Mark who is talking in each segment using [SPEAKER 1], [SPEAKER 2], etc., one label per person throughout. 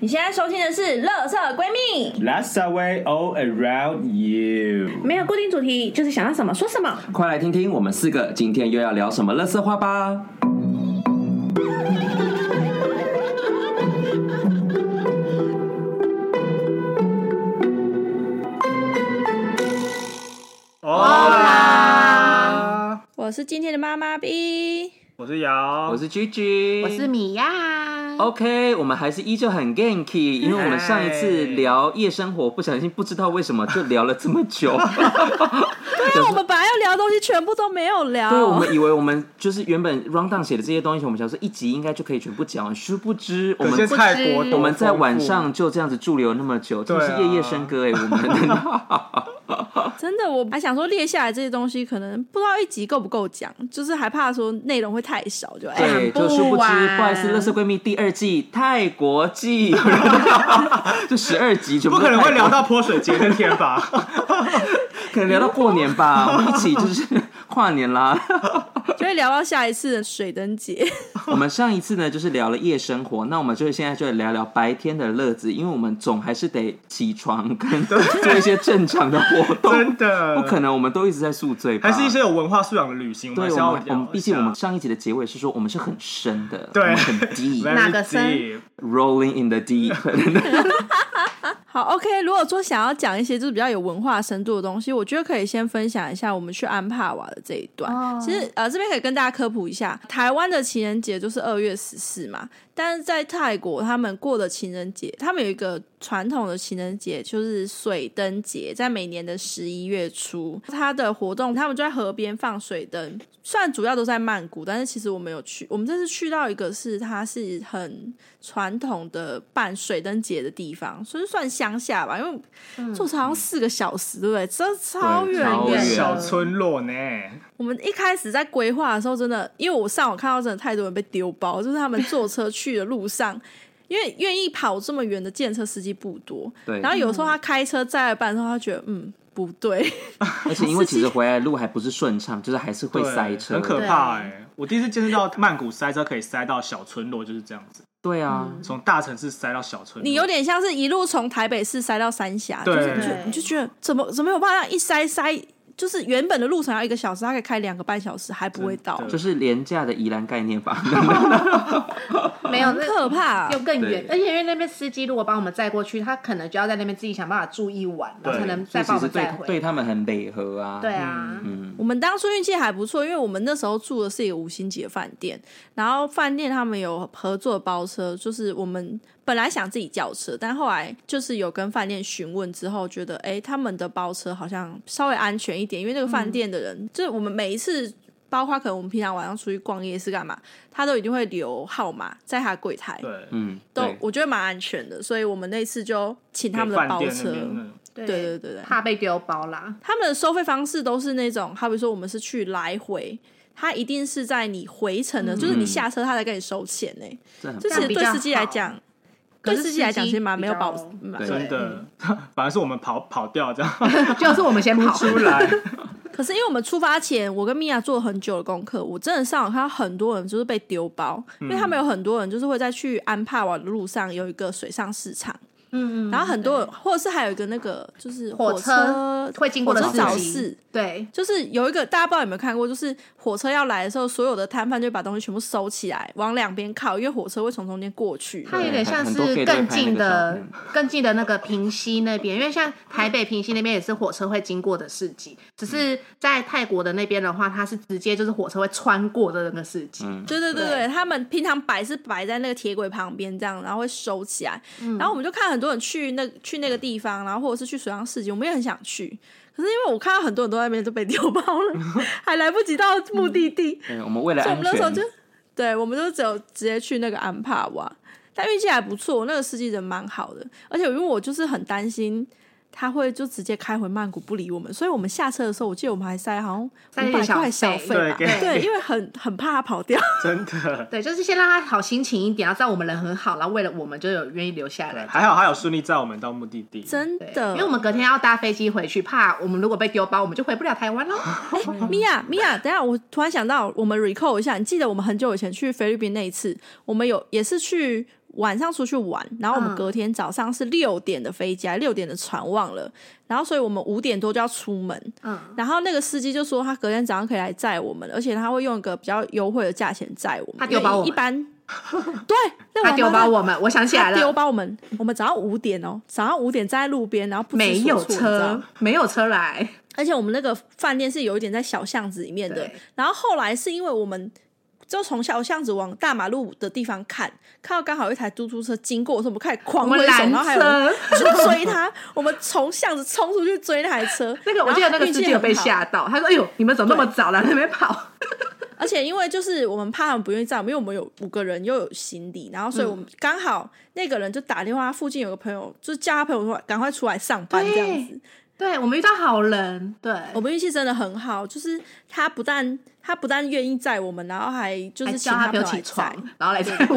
[SPEAKER 1] 你现在收听的是《乐色闺蜜》，
[SPEAKER 2] That's the way all around you。
[SPEAKER 1] 没有固定主题，就是想要什么说什么。
[SPEAKER 3] 快来听听我们四个今天又要聊什么乐色话吧！
[SPEAKER 1] 我是今天的妈妈 B，
[SPEAKER 2] 我是瑶，
[SPEAKER 3] 我是 Gigi，
[SPEAKER 4] 我是。米娅。
[SPEAKER 3] OK，我们还是依旧很 ganky，因为我们上一次聊夜生活，不小心不知道为什么就聊了这么 久。
[SPEAKER 1] 对啊，我们本来要聊的东西全部都没有聊。
[SPEAKER 3] 对，我们以为我们就是原本 round down 写的这些东西，我们想说一集应该就可以全部讲完，殊不知我
[SPEAKER 2] 有些
[SPEAKER 3] 们
[SPEAKER 2] 泰国多
[SPEAKER 3] 我们在晚
[SPEAKER 2] 丰
[SPEAKER 3] 上就这样子驻留那么久，真
[SPEAKER 2] 啊
[SPEAKER 3] 的是夜夜笙歌哎、我们
[SPEAKER 1] 真的，我还想说列下来这些东西，可能不知道一集够不够讲，就是还怕说内容会太少，就哎，
[SPEAKER 3] 对，
[SPEAKER 4] 不
[SPEAKER 3] 就殊不知，
[SPEAKER 4] 完
[SPEAKER 3] 不好意思，《乐色闺蜜》第二季泰国季，就十二集，全部
[SPEAKER 2] 不
[SPEAKER 3] 都
[SPEAKER 2] 可能会
[SPEAKER 3] 泰
[SPEAKER 2] 聊，
[SPEAKER 3] 国
[SPEAKER 2] 到泼水节那天 吧？
[SPEAKER 3] 可能聊到过年吧，我们一起就是跨年啦。
[SPEAKER 1] 就会聊到下一次的水灯节。
[SPEAKER 3] 我们上一次呢，就是聊了夜生活，那我们就是现在就来聊聊白天的乐子，因为我们总还是得起床跟做一些正常的活动，
[SPEAKER 2] 真的
[SPEAKER 3] 不可能，我们都一直在宿醉吧？
[SPEAKER 2] 还是一些有文化素养的旅行，我们
[SPEAKER 3] 对
[SPEAKER 2] 还是
[SPEAKER 3] 我
[SPEAKER 2] 要
[SPEAKER 3] 们，我们毕竟我们上一集的结尾是说我们是很深的，
[SPEAKER 2] 对
[SPEAKER 3] 我 们很 deep，rolling
[SPEAKER 4] 哪个深
[SPEAKER 3] in the deep。
[SPEAKER 1] 好，OK，如果说想要讲一些就是比较有文化深度的东西，我觉得可以先分享一下我们去安帕瓦的这一段。
[SPEAKER 4] 哦
[SPEAKER 1] 其实呃，这边可以跟大家科普一下，台湾的情人节就是二月十四嘛，但是在泰国他们过的情人节，他们有一个传统的情人节，就是水灯节，在每年的十一月初，它的活动他们就在河边放水灯，虽然主要都在曼谷，但是其实我们有去，我们这次去到一个是它是很传统的办水灯节的地方，所以算乡下吧，因为坐车好像四个小时，对不对？真的超远
[SPEAKER 3] 超
[SPEAKER 1] 耶
[SPEAKER 3] 远！
[SPEAKER 2] 小村落呢？
[SPEAKER 1] 我们一开始在规划的时候，真的，因为我上网看到真的太多人被丢包，就是他们坐车去的路上，因为愿意跑这么远的建车司机不多，
[SPEAKER 3] 对
[SPEAKER 1] 然后有时候他开车载了半的时候，他觉得嗯不对，
[SPEAKER 3] 而且因 为其实回来的路还不是顺畅，就是还是会
[SPEAKER 2] 对
[SPEAKER 3] 塞车，
[SPEAKER 2] 很可怕哎！我第一次见识到曼谷塞车可以塞到小村落，就是这样子，
[SPEAKER 3] 对啊，
[SPEAKER 1] 嗯
[SPEAKER 2] 从大城市塞到小村落。
[SPEAKER 1] 你有点像是一路从台北市塞到三峡，就
[SPEAKER 2] 对
[SPEAKER 1] 是觉得你就觉得怎么怎么有办法一塞塞，就是原本的路程要一个小时，他可以开两个半小时还不会到
[SPEAKER 2] 真，的
[SPEAKER 3] 就是廉价的宜兰概念吧。
[SPEAKER 4] 没有，
[SPEAKER 1] 很
[SPEAKER 4] 那
[SPEAKER 1] 可怕、啊
[SPEAKER 4] 又更
[SPEAKER 3] 对，
[SPEAKER 4] 远而且因为那边司机如果把我们载过去，他可能就要在那边自己想办法住一晚，然后
[SPEAKER 2] 对
[SPEAKER 4] 才能
[SPEAKER 3] 所
[SPEAKER 4] 再
[SPEAKER 3] 以
[SPEAKER 4] 把
[SPEAKER 3] 其
[SPEAKER 4] 我
[SPEAKER 3] 实
[SPEAKER 4] 们
[SPEAKER 3] 对
[SPEAKER 4] 载回。
[SPEAKER 3] 对他们很违和啊。
[SPEAKER 4] 对啊，
[SPEAKER 1] 我们当初运气还不错，因为我们那时候住的是一个五星级的饭店，然后饭店他们有合作包车，就是我们本来想自己叫车，但后来就是有跟饭店询问之后，觉得哎、诶他们的包车好像稍微安全一点，因为那个饭店的人，就是我们每一次。包括可能我们平常晚上出去逛夜市干嘛，他都一定会留号码在他柜台，
[SPEAKER 2] 对，
[SPEAKER 3] 嗯，
[SPEAKER 1] 都
[SPEAKER 3] 对。
[SPEAKER 1] 我觉得蛮安全的，所以我们那次就请他们的
[SPEAKER 2] 饭
[SPEAKER 1] 包
[SPEAKER 2] 店那
[SPEAKER 1] 车，
[SPEAKER 2] 边那种
[SPEAKER 4] 对
[SPEAKER 1] 对对对对，
[SPEAKER 4] 怕被丢包啦。
[SPEAKER 1] 他们的收费方式都是那种，好比说我们是去来回，他一定是在你回程的，就是你下车他才跟你收钱呢、
[SPEAKER 3] 这很
[SPEAKER 1] 就
[SPEAKER 4] 这
[SPEAKER 1] 是
[SPEAKER 4] 嗯样比
[SPEAKER 1] 对
[SPEAKER 4] 较
[SPEAKER 1] 司机来讲，对
[SPEAKER 4] 可是
[SPEAKER 1] 司机来讲
[SPEAKER 4] 司
[SPEAKER 1] 其
[SPEAKER 4] 机
[SPEAKER 1] 实蛮没有
[SPEAKER 4] 比
[SPEAKER 1] 保
[SPEAKER 4] 较，
[SPEAKER 1] 蛮
[SPEAKER 3] 对
[SPEAKER 2] 真的， 反而是我们跑跑掉这样
[SPEAKER 4] 就是我们 先跑，
[SPEAKER 2] 出来，
[SPEAKER 1] 可是因为我们出发前，我跟米娅做了很久的功课，我真的上网看到很多人就是被丢包，因
[SPEAKER 4] 嗯
[SPEAKER 1] 为他们有很多人就是会在去安帕瓦的路上有一个水上市场，
[SPEAKER 4] 嗯嗯，
[SPEAKER 1] 然后很多人或者是还有一个那个就是
[SPEAKER 4] 火
[SPEAKER 1] 车
[SPEAKER 4] 车会经过的
[SPEAKER 1] 火车早
[SPEAKER 4] 司机
[SPEAKER 1] 市，
[SPEAKER 4] 对，
[SPEAKER 1] 就是有一个大家不知道有没有看过，就是火车要来的时候，所有的摊贩就把东西全部收起来，往两边靠，因为火车会从中间过去。
[SPEAKER 4] 它有点像
[SPEAKER 3] 很多
[SPEAKER 4] 是
[SPEAKER 3] gay 都会
[SPEAKER 4] 更
[SPEAKER 3] 拍
[SPEAKER 4] 近
[SPEAKER 3] 那
[SPEAKER 4] 的
[SPEAKER 3] 个照、
[SPEAKER 4] 更近的那个平溪那边，因为像台北平溪那边也是火车会经过的市集，只
[SPEAKER 3] 嗯
[SPEAKER 4] 是在泰国的那边的话，它是直接就是火车会穿过的那个市集。
[SPEAKER 3] 嗯
[SPEAKER 1] 对对对对，他们平常摆是摆在那个铁轨旁边这样，然后会收起来。然后我们就看很多人去那去那个地方，然后或者是去水上市集，我们也很想去。可是因为我看到很多人都在那边就被丢包了，还来不及到目的地，
[SPEAKER 3] 对，我们为了
[SPEAKER 1] 所以我
[SPEAKER 3] 安
[SPEAKER 1] 们那时候
[SPEAKER 3] 全
[SPEAKER 1] 就，，对，我们就只有直接去那个安帕瓦，但运气还不错，那个司机人蛮好的，而且因为我就是很担心他会就直接开回曼谷不理我们，所以我们下车的时候，我记得我们还塞好像
[SPEAKER 4] 塞
[SPEAKER 1] 五
[SPEAKER 4] 一
[SPEAKER 1] 百
[SPEAKER 4] 点
[SPEAKER 1] 块
[SPEAKER 4] 小
[SPEAKER 1] 小
[SPEAKER 4] 费
[SPEAKER 1] 费吧，
[SPEAKER 2] 对给
[SPEAKER 1] 对，因为很很怕他跑掉，
[SPEAKER 2] 真的。
[SPEAKER 4] 对，就是先让他好心情一点，然后知道我们人很好，然后为了我们就有愿意留下来。
[SPEAKER 2] 还好还有顺利载我们到目的地，
[SPEAKER 1] 真
[SPEAKER 4] 对，
[SPEAKER 1] 的。
[SPEAKER 4] 因为我们隔天要搭飞机回去，怕我们如果被丢包，我们就回不了台湾喽。
[SPEAKER 1] 米娅，米娅，等一下，我突然想到，我们 recall 一下，你记得我们很久以前去菲律宾那一次，我们有也是去晚上出去玩，然后我们
[SPEAKER 4] 嗯
[SPEAKER 1] 隔天早上是六点的飞机，还六点的船忘了，然后所以我们五点多就要出门，
[SPEAKER 4] 嗯，
[SPEAKER 1] 然后那个司机就说他隔天早上可以来载我们，而且他会用一个比较优惠的价钱载我们。
[SPEAKER 4] 他丢包我
[SPEAKER 1] 因
[SPEAKER 4] 们
[SPEAKER 1] 为一般 对，那
[SPEAKER 4] 他丢
[SPEAKER 1] 王八
[SPEAKER 4] 包
[SPEAKER 1] 蛋
[SPEAKER 4] 我们，我想起来
[SPEAKER 1] 他丢
[SPEAKER 4] 了，
[SPEAKER 1] 包我们，我们早上五点哦，早上五点站在路边，然后不知
[SPEAKER 4] 没
[SPEAKER 1] 所
[SPEAKER 4] 有
[SPEAKER 1] 措你知道
[SPEAKER 4] 车
[SPEAKER 1] 吗，
[SPEAKER 4] 没有车来，
[SPEAKER 1] 而且我们那个饭店是有一点在小巷子里面的
[SPEAKER 4] 对，
[SPEAKER 1] 然后后来是因为我们。就从小巷子往大马路的地方看，看到刚好有一台嘟嘟车经过，我说我们开始
[SPEAKER 4] 我
[SPEAKER 1] 狂挥
[SPEAKER 4] 们
[SPEAKER 1] 手，
[SPEAKER 4] 拦
[SPEAKER 1] 然后还有人
[SPEAKER 4] 车，
[SPEAKER 1] 去追他，我们从巷子冲出去追那台车。
[SPEAKER 4] 那个我记得那个司机有被
[SPEAKER 1] 吓。
[SPEAKER 4] 吓到，他说：“哎呦，你们怎么那么早来那边跑
[SPEAKER 1] 而且因为就是我们怕他们不愿意载我们，因为我们有五个人又有行李，然后所以我们刚好那个人就打电话，他附近有个朋友，就叫他朋友说赶快出来上班
[SPEAKER 4] 对
[SPEAKER 1] 这样
[SPEAKER 4] 哎
[SPEAKER 1] 子。？”
[SPEAKER 4] 对，我们遇到好人，对，
[SPEAKER 1] 我们运气真的很好，就是他不但他不但愿意载我们，然后还就
[SPEAKER 4] 还
[SPEAKER 1] 是请
[SPEAKER 4] 叫他
[SPEAKER 1] 朋
[SPEAKER 4] 不
[SPEAKER 1] 友
[SPEAKER 4] 要
[SPEAKER 1] 来
[SPEAKER 4] 起床
[SPEAKER 1] 载，
[SPEAKER 4] 然后来载我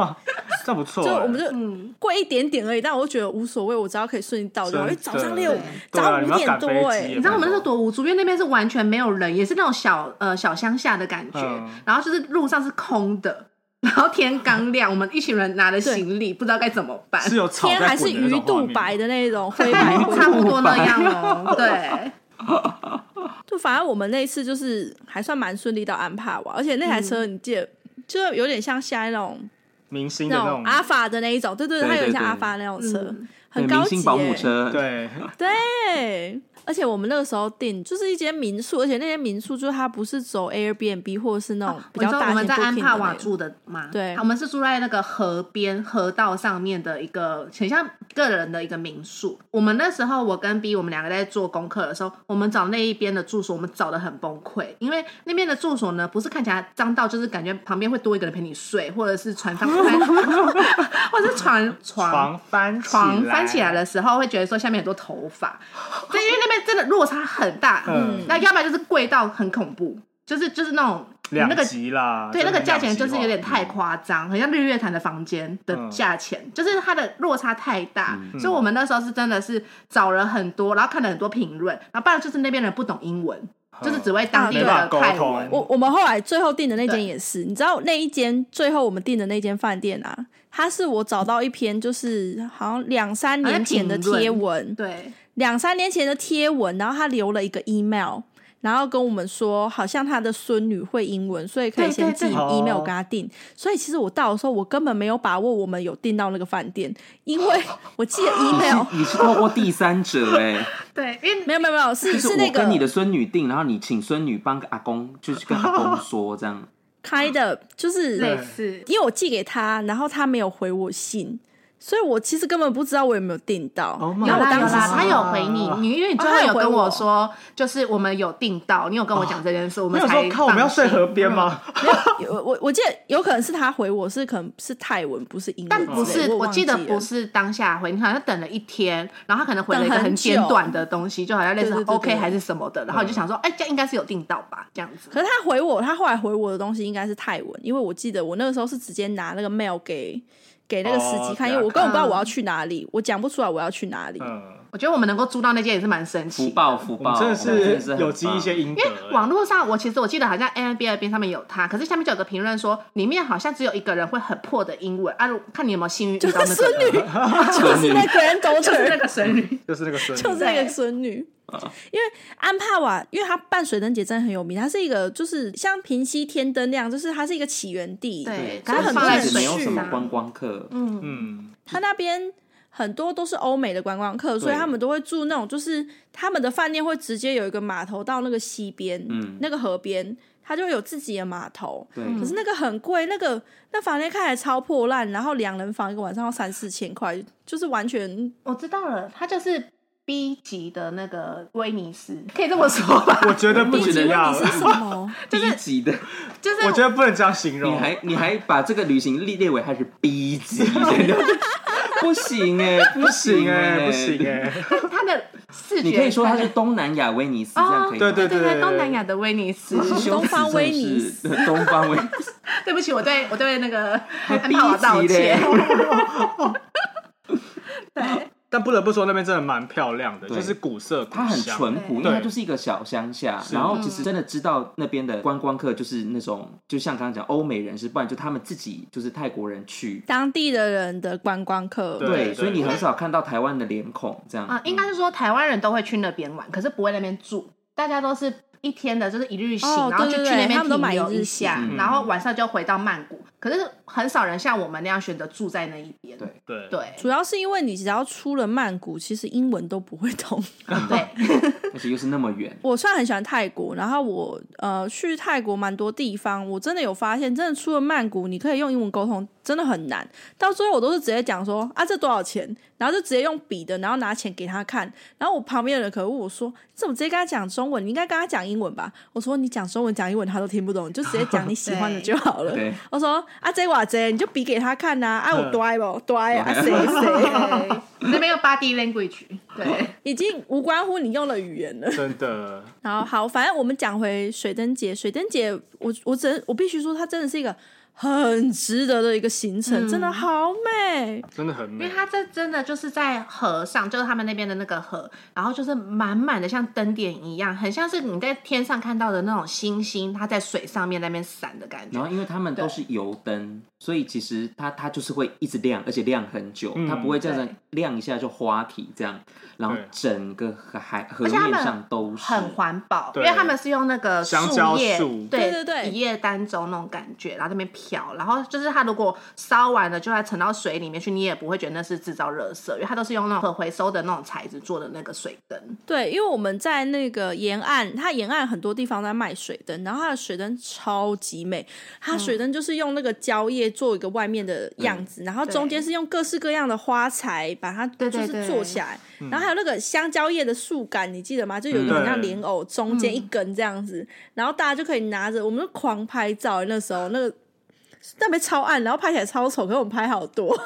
[SPEAKER 4] 们。
[SPEAKER 2] 这不错
[SPEAKER 1] 就
[SPEAKER 2] 欸。
[SPEAKER 1] 我们就
[SPEAKER 4] 嗯，
[SPEAKER 1] 贵一点点而已，但我就觉得无所谓，我只要可以顺利到就好。因为
[SPEAKER 2] 真
[SPEAKER 1] 早上六
[SPEAKER 4] 对，
[SPEAKER 1] 早
[SPEAKER 2] 对啊
[SPEAKER 1] 上
[SPEAKER 2] 你
[SPEAKER 1] 五
[SPEAKER 2] 们要
[SPEAKER 1] 点
[SPEAKER 2] 赶
[SPEAKER 1] 多
[SPEAKER 2] 飞机
[SPEAKER 1] 哎、
[SPEAKER 2] 耶
[SPEAKER 4] 你知道我们那时候多无助，因为那边是完全没有人，也是那种小呃小乡下的感觉，
[SPEAKER 2] 嗯
[SPEAKER 4] 然后就是路上是空的，然后天刚亮，我们一群人拿着行李，不知道该怎么办，
[SPEAKER 2] 是有草
[SPEAKER 1] 天还
[SPEAKER 2] 在
[SPEAKER 1] 是
[SPEAKER 2] 滚
[SPEAKER 1] 鱼
[SPEAKER 2] 的那种画
[SPEAKER 1] 肚
[SPEAKER 2] 面
[SPEAKER 1] 白的那种灰白
[SPEAKER 4] 大概
[SPEAKER 1] 灰
[SPEAKER 4] 差不多那 样哦。对，
[SPEAKER 1] 就反正我们那一次就是还算蛮顺利到安帕瓦，而且那台车
[SPEAKER 4] 嗯
[SPEAKER 1] 你记得。就有点像现在那种
[SPEAKER 2] 明星的
[SPEAKER 1] 那
[SPEAKER 2] 那
[SPEAKER 1] 种
[SPEAKER 2] 种
[SPEAKER 1] 啊阿法的那一种，对对，
[SPEAKER 3] 对
[SPEAKER 1] 它有点像
[SPEAKER 3] 对
[SPEAKER 1] 阿法那种车，
[SPEAKER 4] 嗯
[SPEAKER 1] 很
[SPEAKER 3] 对
[SPEAKER 1] 高
[SPEAKER 3] 明
[SPEAKER 1] 级、
[SPEAKER 3] 星
[SPEAKER 1] 耶。
[SPEAKER 3] 保姆车，
[SPEAKER 2] 对，
[SPEAKER 1] 对，而且我们那个时候订就是一间民宿，而且那间民宿就是它不是走 Airbnb 或者是那种哦比
[SPEAKER 4] 啊我
[SPEAKER 1] 较
[SPEAKER 4] 知道
[SPEAKER 1] 大
[SPEAKER 4] 我
[SPEAKER 1] 型
[SPEAKER 4] 们在
[SPEAKER 1] booking
[SPEAKER 4] 安
[SPEAKER 1] 的
[SPEAKER 4] 帕
[SPEAKER 1] 那
[SPEAKER 4] 瓦
[SPEAKER 1] 种。
[SPEAKER 4] 住的嘛，啊
[SPEAKER 1] 对
[SPEAKER 4] 我们是住在那个河边河道上面的一个很像个人的一个民宿。我们那时候我跟 B 我们两个在做功课的时候，我们找那一边的住所，我们找的很崩溃，因为那边的住所呢，不是看起来脏到，就是感觉旁边会多一个人陪你睡，或者是床翻， 或者是床床
[SPEAKER 2] 床翻
[SPEAKER 4] 床翻起来
[SPEAKER 2] 了，
[SPEAKER 4] 的时候，会觉得说下面很多头 发，对，因为那边真的落差很大。
[SPEAKER 2] 嗯
[SPEAKER 4] 那要不然就是贵到很恐怖，就是就是那种
[SPEAKER 2] 两
[SPEAKER 4] 那个
[SPEAKER 2] 级啦，
[SPEAKER 4] 对，那
[SPEAKER 2] 真
[SPEAKER 4] 个
[SPEAKER 2] 的
[SPEAKER 4] 价
[SPEAKER 2] 两哦
[SPEAKER 4] 钱
[SPEAKER 2] 极
[SPEAKER 4] 就是有
[SPEAKER 2] 化嗯
[SPEAKER 4] 点太夸张，很像日月潭的房间的价钱，就是它的落差太大，
[SPEAKER 2] 嗯
[SPEAKER 4] 所以我们那时候是真的是找了很多，然后看了很多评论，然后不然就是那边人不懂英文，就是只会当地
[SPEAKER 1] 没
[SPEAKER 2] 啊办
[SPEAKER 4] 的
[SPEAKER 2] 法沟
[SPEAKER 4] 泰
[SPEAKER 2] 通
[SPEAKER 4] 文。
[SPEAKER 1] 我我们后来最后订的那
[SPEAKER 4] 对
[SPEAKER 1] 间也是，你知道那一间最后我们订的那间饭店啊，它是我找到一篇就是好像两三
[SPEAKER 4] 好像
[SPEAKER 1] 年前的
[SPEAKER 4] 评论
[SPEAKER 1] 贴文，
[SPEAKER 4] 对，
[SPEAKER 1] 两三年前的贴文，然后他留了一个 email，然后跟我们说，好像他的孙女会英文，所以可以
[SPEAKER 4] 对
[SPEAKER 1] 先
[SPEAKER 4] 对
[SPEAKER 1] 寄
[SPEAKER 4] 对
[SPEAKER 1] email
[SPEAKER 3] 哦
[SPEAKER 1] 跟他订。所以其实我到的时候，我根本没有把握我们有订到那个饭店，因为 我寄 了 email，
[SPEAKER 3] 你是透过第三 者哎、
[SPEAKER 4] 对，因为
[SPEAKER 1] 没有没有没有，是
[SPEAKER 3] 就是我
[SPEAKER 1] 那
[SPEAKER 3] 跟你
[SPEAKER 1] 个
[SPEAKER 3] 的孙女订，然后你请孙女帮阿公，就是跟阿 公说这样。
[SPEAKER 1] 开的，就是
[SPEAKER 4] 类似
[SPEAKER 1] 因为我寄给他，然后他没有回我信，所以我其实根本不知道我有没有订到。
[SPEAKER 2] Oh my
[SPEAKER 1] 然后我
[SPEAKER 4] 啦
[SPEAKER 1] 当
[SPEAKER 4] 有
[SPEAKER 1] 时
[SPEAKER 4] 啦，
[SPEAKER 1] 是
[SPEAKER 4] 他有回你，你因为你最
[SPEAKER 1] 哦
[SPEAKER 4] 后
[SPEAKER 1] 他有
[SPEAKER 4] 有
[SPEAKER 1] 回
[SPEAKER 4] 跟
[SPEAKER 1] 我啊
[SPEAKER 4] 我说，就是我们有订到，你有跟我讲这件事，我
[SPEAKER 2] 没
[SPEAKER 4] 们
[SPEAKER 2] 有
[SPEAKER 4] 才
[SPEAKER 2] 说靠，我们要
[SPEAKER 4] 放心
[SPEAKER 2] 睡河边吗？
[SPEAKER 1] 我我我记得有可能是他回我是可能是泰文，不是英文之
[SPEAKER 4] 但
[SPEAKER 1] 类的，
[SPEAKER 4] 不是，
[SPEAKER 1] 我
[SPEAKER 4] 我
[SPEAKER 1] 忘
[SPEAKER 4] 记得
[SPEAKER 1] 了
[SPEAKER 4] 不是当下回，你好像等了一天，然后他可能回了一个
[SPEAKER 1] 等很
[SPEAKER 4] 很
[SPEAKER 1] 久
[SPEAKER 4] 简短的东西，就好像类似
[SPEAKER 1] 对对对对
[SPEAKER 4] OK 还是什么的，然后我就想说，哎，这样应该是有订到吧，这样子。
[SPEAKER 1] 可是他回我，他后来回我的东西应该是泰文，因为我记得我那个时候是直接拿那个 mail 给给那个司机
[SPEAKER 2] 哦
[SPEAKER 1] 看，
[SPEAKER 2] 给他
[SPEAKER 1] 因为我根本不知道我要去哪里，我讲不出来我要去哪里。
[SPEAKER 2] 嗯，
[SPEAKER 4] 我觉得我们能够租到那间也是蛮神
[SPEAKER 3] 福
[SPEAKER 4] 奇的。
[SPEAKER 3] 报福
[SPEAKER 2] 我们
[SPEAKER 3] 报，
[SPEAKER 2] 真的
[SPEAKER 3] 我们真的
[SPEAKER 2] 是
[SPEAKER 3] 很
[SPEAKER 2] 有积一些
[SPEAKER 3] 棒
[SPEAKER 2] 阴德欸，
[SPEAKER 4] 网络上，我其实我记得好像 a i r b n b 上面有他，可是下面就有个评论说，里面好像只有一个人会很破的英文啊，如看你有没有幸运遇
[SPEAKER 1] 就
[SPEAKER 4] 到那
[SPEAKER 1] 是
[SPEAKER 4] 个
[SPEAKER 1] 孙
[SPEAKER 4] 人啊
[SPEAKER 1] 女，就是那 grand
[SPEAKER 4] 就是那
[SPEAKER 1] daughter，
[SPEAKER 4] 个神女，
[SPEAKER 2] 就是那个孙女，
[SPEAKER 1] 就是那个孙女。
[SPEAKER 2] 嗯
[SPEAKER 1] 因为安帕瓦，因为它办水灯节真的很有名，它是一个就是像平西天灯那样，就是它是一个起源地。
[SPEAKER 4] 对，
[SPEAKER 1] 所以
[SPEAKER 4] 可是
[SPEAKER 1] 很
[SPEAKER 4] 放
[SPEAKER 1] 多
[SPEAKER 4] 在
[SPEAKER 1] 人
[SPEAKER 3] 也
[SPEAKER 1] 去啊
[SPEAKER 3] 没
[SPEAKER 4] 水
[SPEAKER 3] 有什么
[SPEAKER 4] 上
[SPEAKER 3] 观光客，
[SPEAKER 4] 嗯，
[SPEAKER 2] 嗯，
[SPEAKER 1] 他那边很多都是欧美的观光客，所以他们都会住那种，就是他们的饭店会直接有一个码头到那个西边，
[SPEAKER 3] 嗯
[SPEAKER 1] 那个河边，它就会有自己的码头。
[SPEAKER 3] 对，
[SPEAKER 2] 嗯
[SPEAKER 1] 可是那个很贵，那个那房间看起来超破烂，然后两人房一个晚上要三四千块，就是完全
[SPEAKER 4] 我知道了，他就是 B 级的那个威尼斯，可以这么说吧？
[SPEAKER 2] 我觉得不
[SPEAKER 1] 低级
[SPEAKER 2] 这
[SPEAKER 1] 问
[SPEAKER 2] 样
[SPEAKER 1] 题，是什么？
[SPEAKER 3] B 级的，
[SPEAKER 4] 就 是
[SPEAKER 2] 我觉得不能这样形
[SPEAKER 3] 你
[SPEAKER 2] 容，
[SPEAKER 3] 还你还把这个旅行列列为它是 B 级 的，不行哎，不
[SPEAKER 2] 不行
[SPEAKER 3] 哎，
[SPEAKER 2] 哎，不行。 哎，
[SPEAKER 4] 它的视觉，
[SPEAKER 3] 你可以说它是东南亚威尼斯，这样可以吗？
[SPEAKER 2] 哦对对
[SPEAKER 4] 对对，东南亚的威尼斯。
[SPEAKER 3] 羞耻
[SPEAKER 1] 东方威尼斯
[SPEAKER 3] 真的是，东方威尼斯，
[SPEAKER 4] 对不起，我对我对那个安
[SPEAKER 3] 逼
[SPEAKER 4] 帕瓦道
[SPEAKER 3] 急嘞
[SPEAKER 4] 歉。对，
[SPEAKER 2] 但不得不说那边真的蛮漂亮的，
[SPEAKER 3] 对
[SPEAKER 2] 就是古色古香，
[SPEAKER 3] 它很淳朴，因为
[SPEAKER 2] 对
[SPEAKER 3] 它就是一个小乡下。
[SPEAKER 2] 是
[SPEAKER 3] 然后其实真的知道那边的观光客就是那种，就像刚刚讲欧美人士，不然就他们自己就是泰国人去。
[SPEAKER 1] 当地的人的观光客，
[SPEAKER 2] 对
[SPEAKER 3] 对，所以你很少看到台湾的脸孔这样
[SPEAKER 4] 啊、应该是说台湾人都会去那边玩，可是不会那边住，大家都是一天的，就是一日行，
[SPEAKER 1] 哦
[SPEAKER 4] 然后就
[SPEAKER 1] 对对
[SPEAKER 4] 去
[SPEAKER 1] 对
[SPEAKER 4] 那
[SPEAKER 1] 他
[SPEAKER 4] 边
[SPEAKER 1] 们都
[SPEAKER 4] 停
[SPEAKER 1] 买
[SPEAKER 4] 留
[SPEAKER 1] 一日
[SPEAKER 4] 一下，
[SPEAKER 3] 行
[SPEAKER 4] 然后晚上就回到曼谷。可是很少人像我们那样选择住在那一边，
[SPEAKER 3] 对
[SPEAKER 2] 对
[SPEAKER 4] 对
[SPEAKER 1] 主要是因为你只要出了曼谷，其实英文都不会通。
[SPEAKER 4] 对，
[SPEAKER 3] 而且又是那么远。
[SPEAKER 1] 我虽然很喜欢泰国，然后我呃去泰国蛮多地方，我真的有发现，真的出了曼谷，你可以用英文沟通真的很难。到最后我都是直接讲说啊这多少钱，然后就直接用笔的，然后拿钱给他看。然后我旁边的人可能问我说，你怎么直接跟他讲中文？你应该跟他讲英文吧？我说你讲中文讲英文他都听不懂，你就直接讲你喜欢的
[SPEAKER 4] 对
[SPEAKER 1] 就好了。
[SPEAKER 3] 对，
[SPEAKER 1] 我说啊这哇这，你就比给他看呐、啊，我
[SPEAKER 2] 嗯
[SPEAKER 1] 呆不呆啊谁谁，
[SPEAKER 4] 对，那边有 body language，对，
[SPEAKER 1] 已经无关乎你用的语言了。
[SPEAKER 2] 真的
[SPEAKER 1] 然后 好，反正我们讲回水灯节，水灯节，我我真我必须说，它真的是一个很值得的一个行程，真的好美。
[SPEAKER 2] 真的很
[SPEAKER 4] 因
[SPEAKER 2] 美
[SPEAKER 4] 为，它这真的就是在河上，就是他们那边的那个河，然后就是满满的像灯点一样，很像是你在天上看到的那种星星，它在水上面那边闪的感
[SPEAKER 3] 然
[SPEAKER 4] 觉。
[SPEAKER 3] 后因为他们都是油灯，所以其实它它就是会一直亮，而且亮很久，
[SPEAKER 2] 嗯
[SPEAKER 3] 它不会这样子
[SPEAKER 4] 对
[SPEAKER 3] 亮一下就花体这样，然后
[SPEAKER 2] 对
[SPEAKER 3] 整个海河
[SPEAKER 4] 而且他
[SPEAKER 3] 面
[SPEAKER 4] 们
[SPEAKER 3] 上都是
[SPEAKER 4] 很环保，因
[SPEAKER 2] 对
[SPEAKER 4] 为他们是用那个
[SPEAKER 2] 香蕉
[SPEAKER 4] 树叶，
[SPEAKER 2] 树
[SPEAKER 1] 对对对
[SPEAKER 4] 一叶单舟那种感觉，然后在那边飘，然后就是它如果烧完了，就算沉到水里面去，你也不会觉得那是制造热色，因为它都是用那种可回收的那种材质做的那个水灯，
[SPEAKER 1] 对，因为我们在那个沿岸，它沿岸很多地方在卖水灯，然后它的水灯超级美，它
[SPEAKER 4] 嗯
[SPEAKER 1] 水灯就是用那个蕉叶做一个外面的样子，然后中间是用各式各样的花材把它
[SPEAKER 4] 对
[SPEAKER 1] 就
[SPEAKER 4] 对嗯
[SPEAKER 1] 是
[SPEAKER 4] 对
[SPEAKER 1] 做起来，然后还有那个香蕉叶的树干，你记得吗？就有一个
[SPEAKER 3] 嗯
[SPEAKER 1] 很像
[SPEAKER 2] 对
[SPEAKER 1] 莲藕，中
[SPEAKER 4] 嗯
[SPEAKER 1] 间一根这样子，然后大家就可以拿着，我们就狂拍照，欸那时候那个。那边超暗，然后拍起来超丑，可是我们拍好多。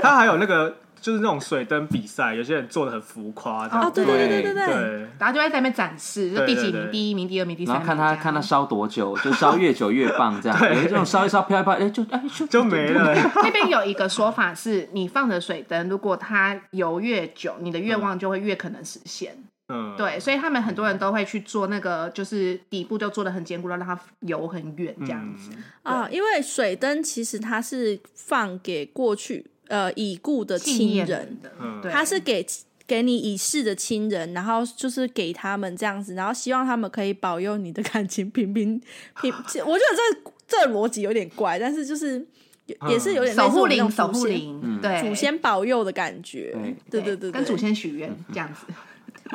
[SPEAKER 2] 它还有那个就是那种水灯比赛，有些人做的很浮夸这 样，
[SPEAKER 4] 哦对
[SPEAKER 1] 对对对
[SPEAKER 3] 对
[SPEAKER 1] 对
[SPEAKER 2] 对
[SPEAKER 4] 然后就会在那边展示，就
[SPEAKER 2] 对
[SPEAKER 4] 第
[SPEAKER 2] 对
[SPEAKER 4] 几
[SPEAKER 2] 对
[SPEAKER 4] 名、第一名、第二名、第三
[SPEAKER 3] 然后
[SPEAKER 4] 名这
[SPEAKER 3] 看
[SPEAKER 4] 样，
[SPEAKER 3] 它看它烧多久，就烧越久越 棒这样。有一种烧一烧飘一飘，哎就哎就
[SPEAKER 2] 就没了。
[SPEAKER 4] 那边有一个说法是，你放的水灯，如果它游越久，你的愿望就会越可能实现。
[SPEAKER 2] 嗯，
[SPEAKER 4] 对，所以他们很多人都会去做那个，就是底部就做的很坚固，让它游很远这样子。
[SPEAKER 2] 嗯
[SPEAKER 1] 啊，因为水灯其实它是放给过去呃已故的亲
[SPEAKER 4] 念
[SPEAKER 1] 人，
[SPEAKER 4] 的
[SPEAKER 2] 嗯，
[SPEAKER 4] 对，
[SPEAKER 1] 它是给给你已逝的亲人，然后就是给他们这样子，然后希望他们可以保佑你的感情平平 平。其我觉得这这逻辑有点怪，但是就是也也是有点类似
[SPEAKER 4] 嗯守护
[SPEAKER 1] 我们那
[SPEAKER 4] 灵，
[SPEAKER 1] 种
[SPEAKER 4] 守护
[SPEAKER 1] 祖先
[SPEAKER 2] 嗯
[SPEAKER 4] 灵，对，
[SPEAKER 1] 祖先保佑的感觉。对对
[SPEAKER 4] 对
[SPEAKER 1] 对，嗯
[SPEAKER 4] 跟
[SPEAKER 1] 对
[SPEAKER 4] 祖先许愿
[SPEAKER 2] 嗯
[SPEAKER 4] 这样子。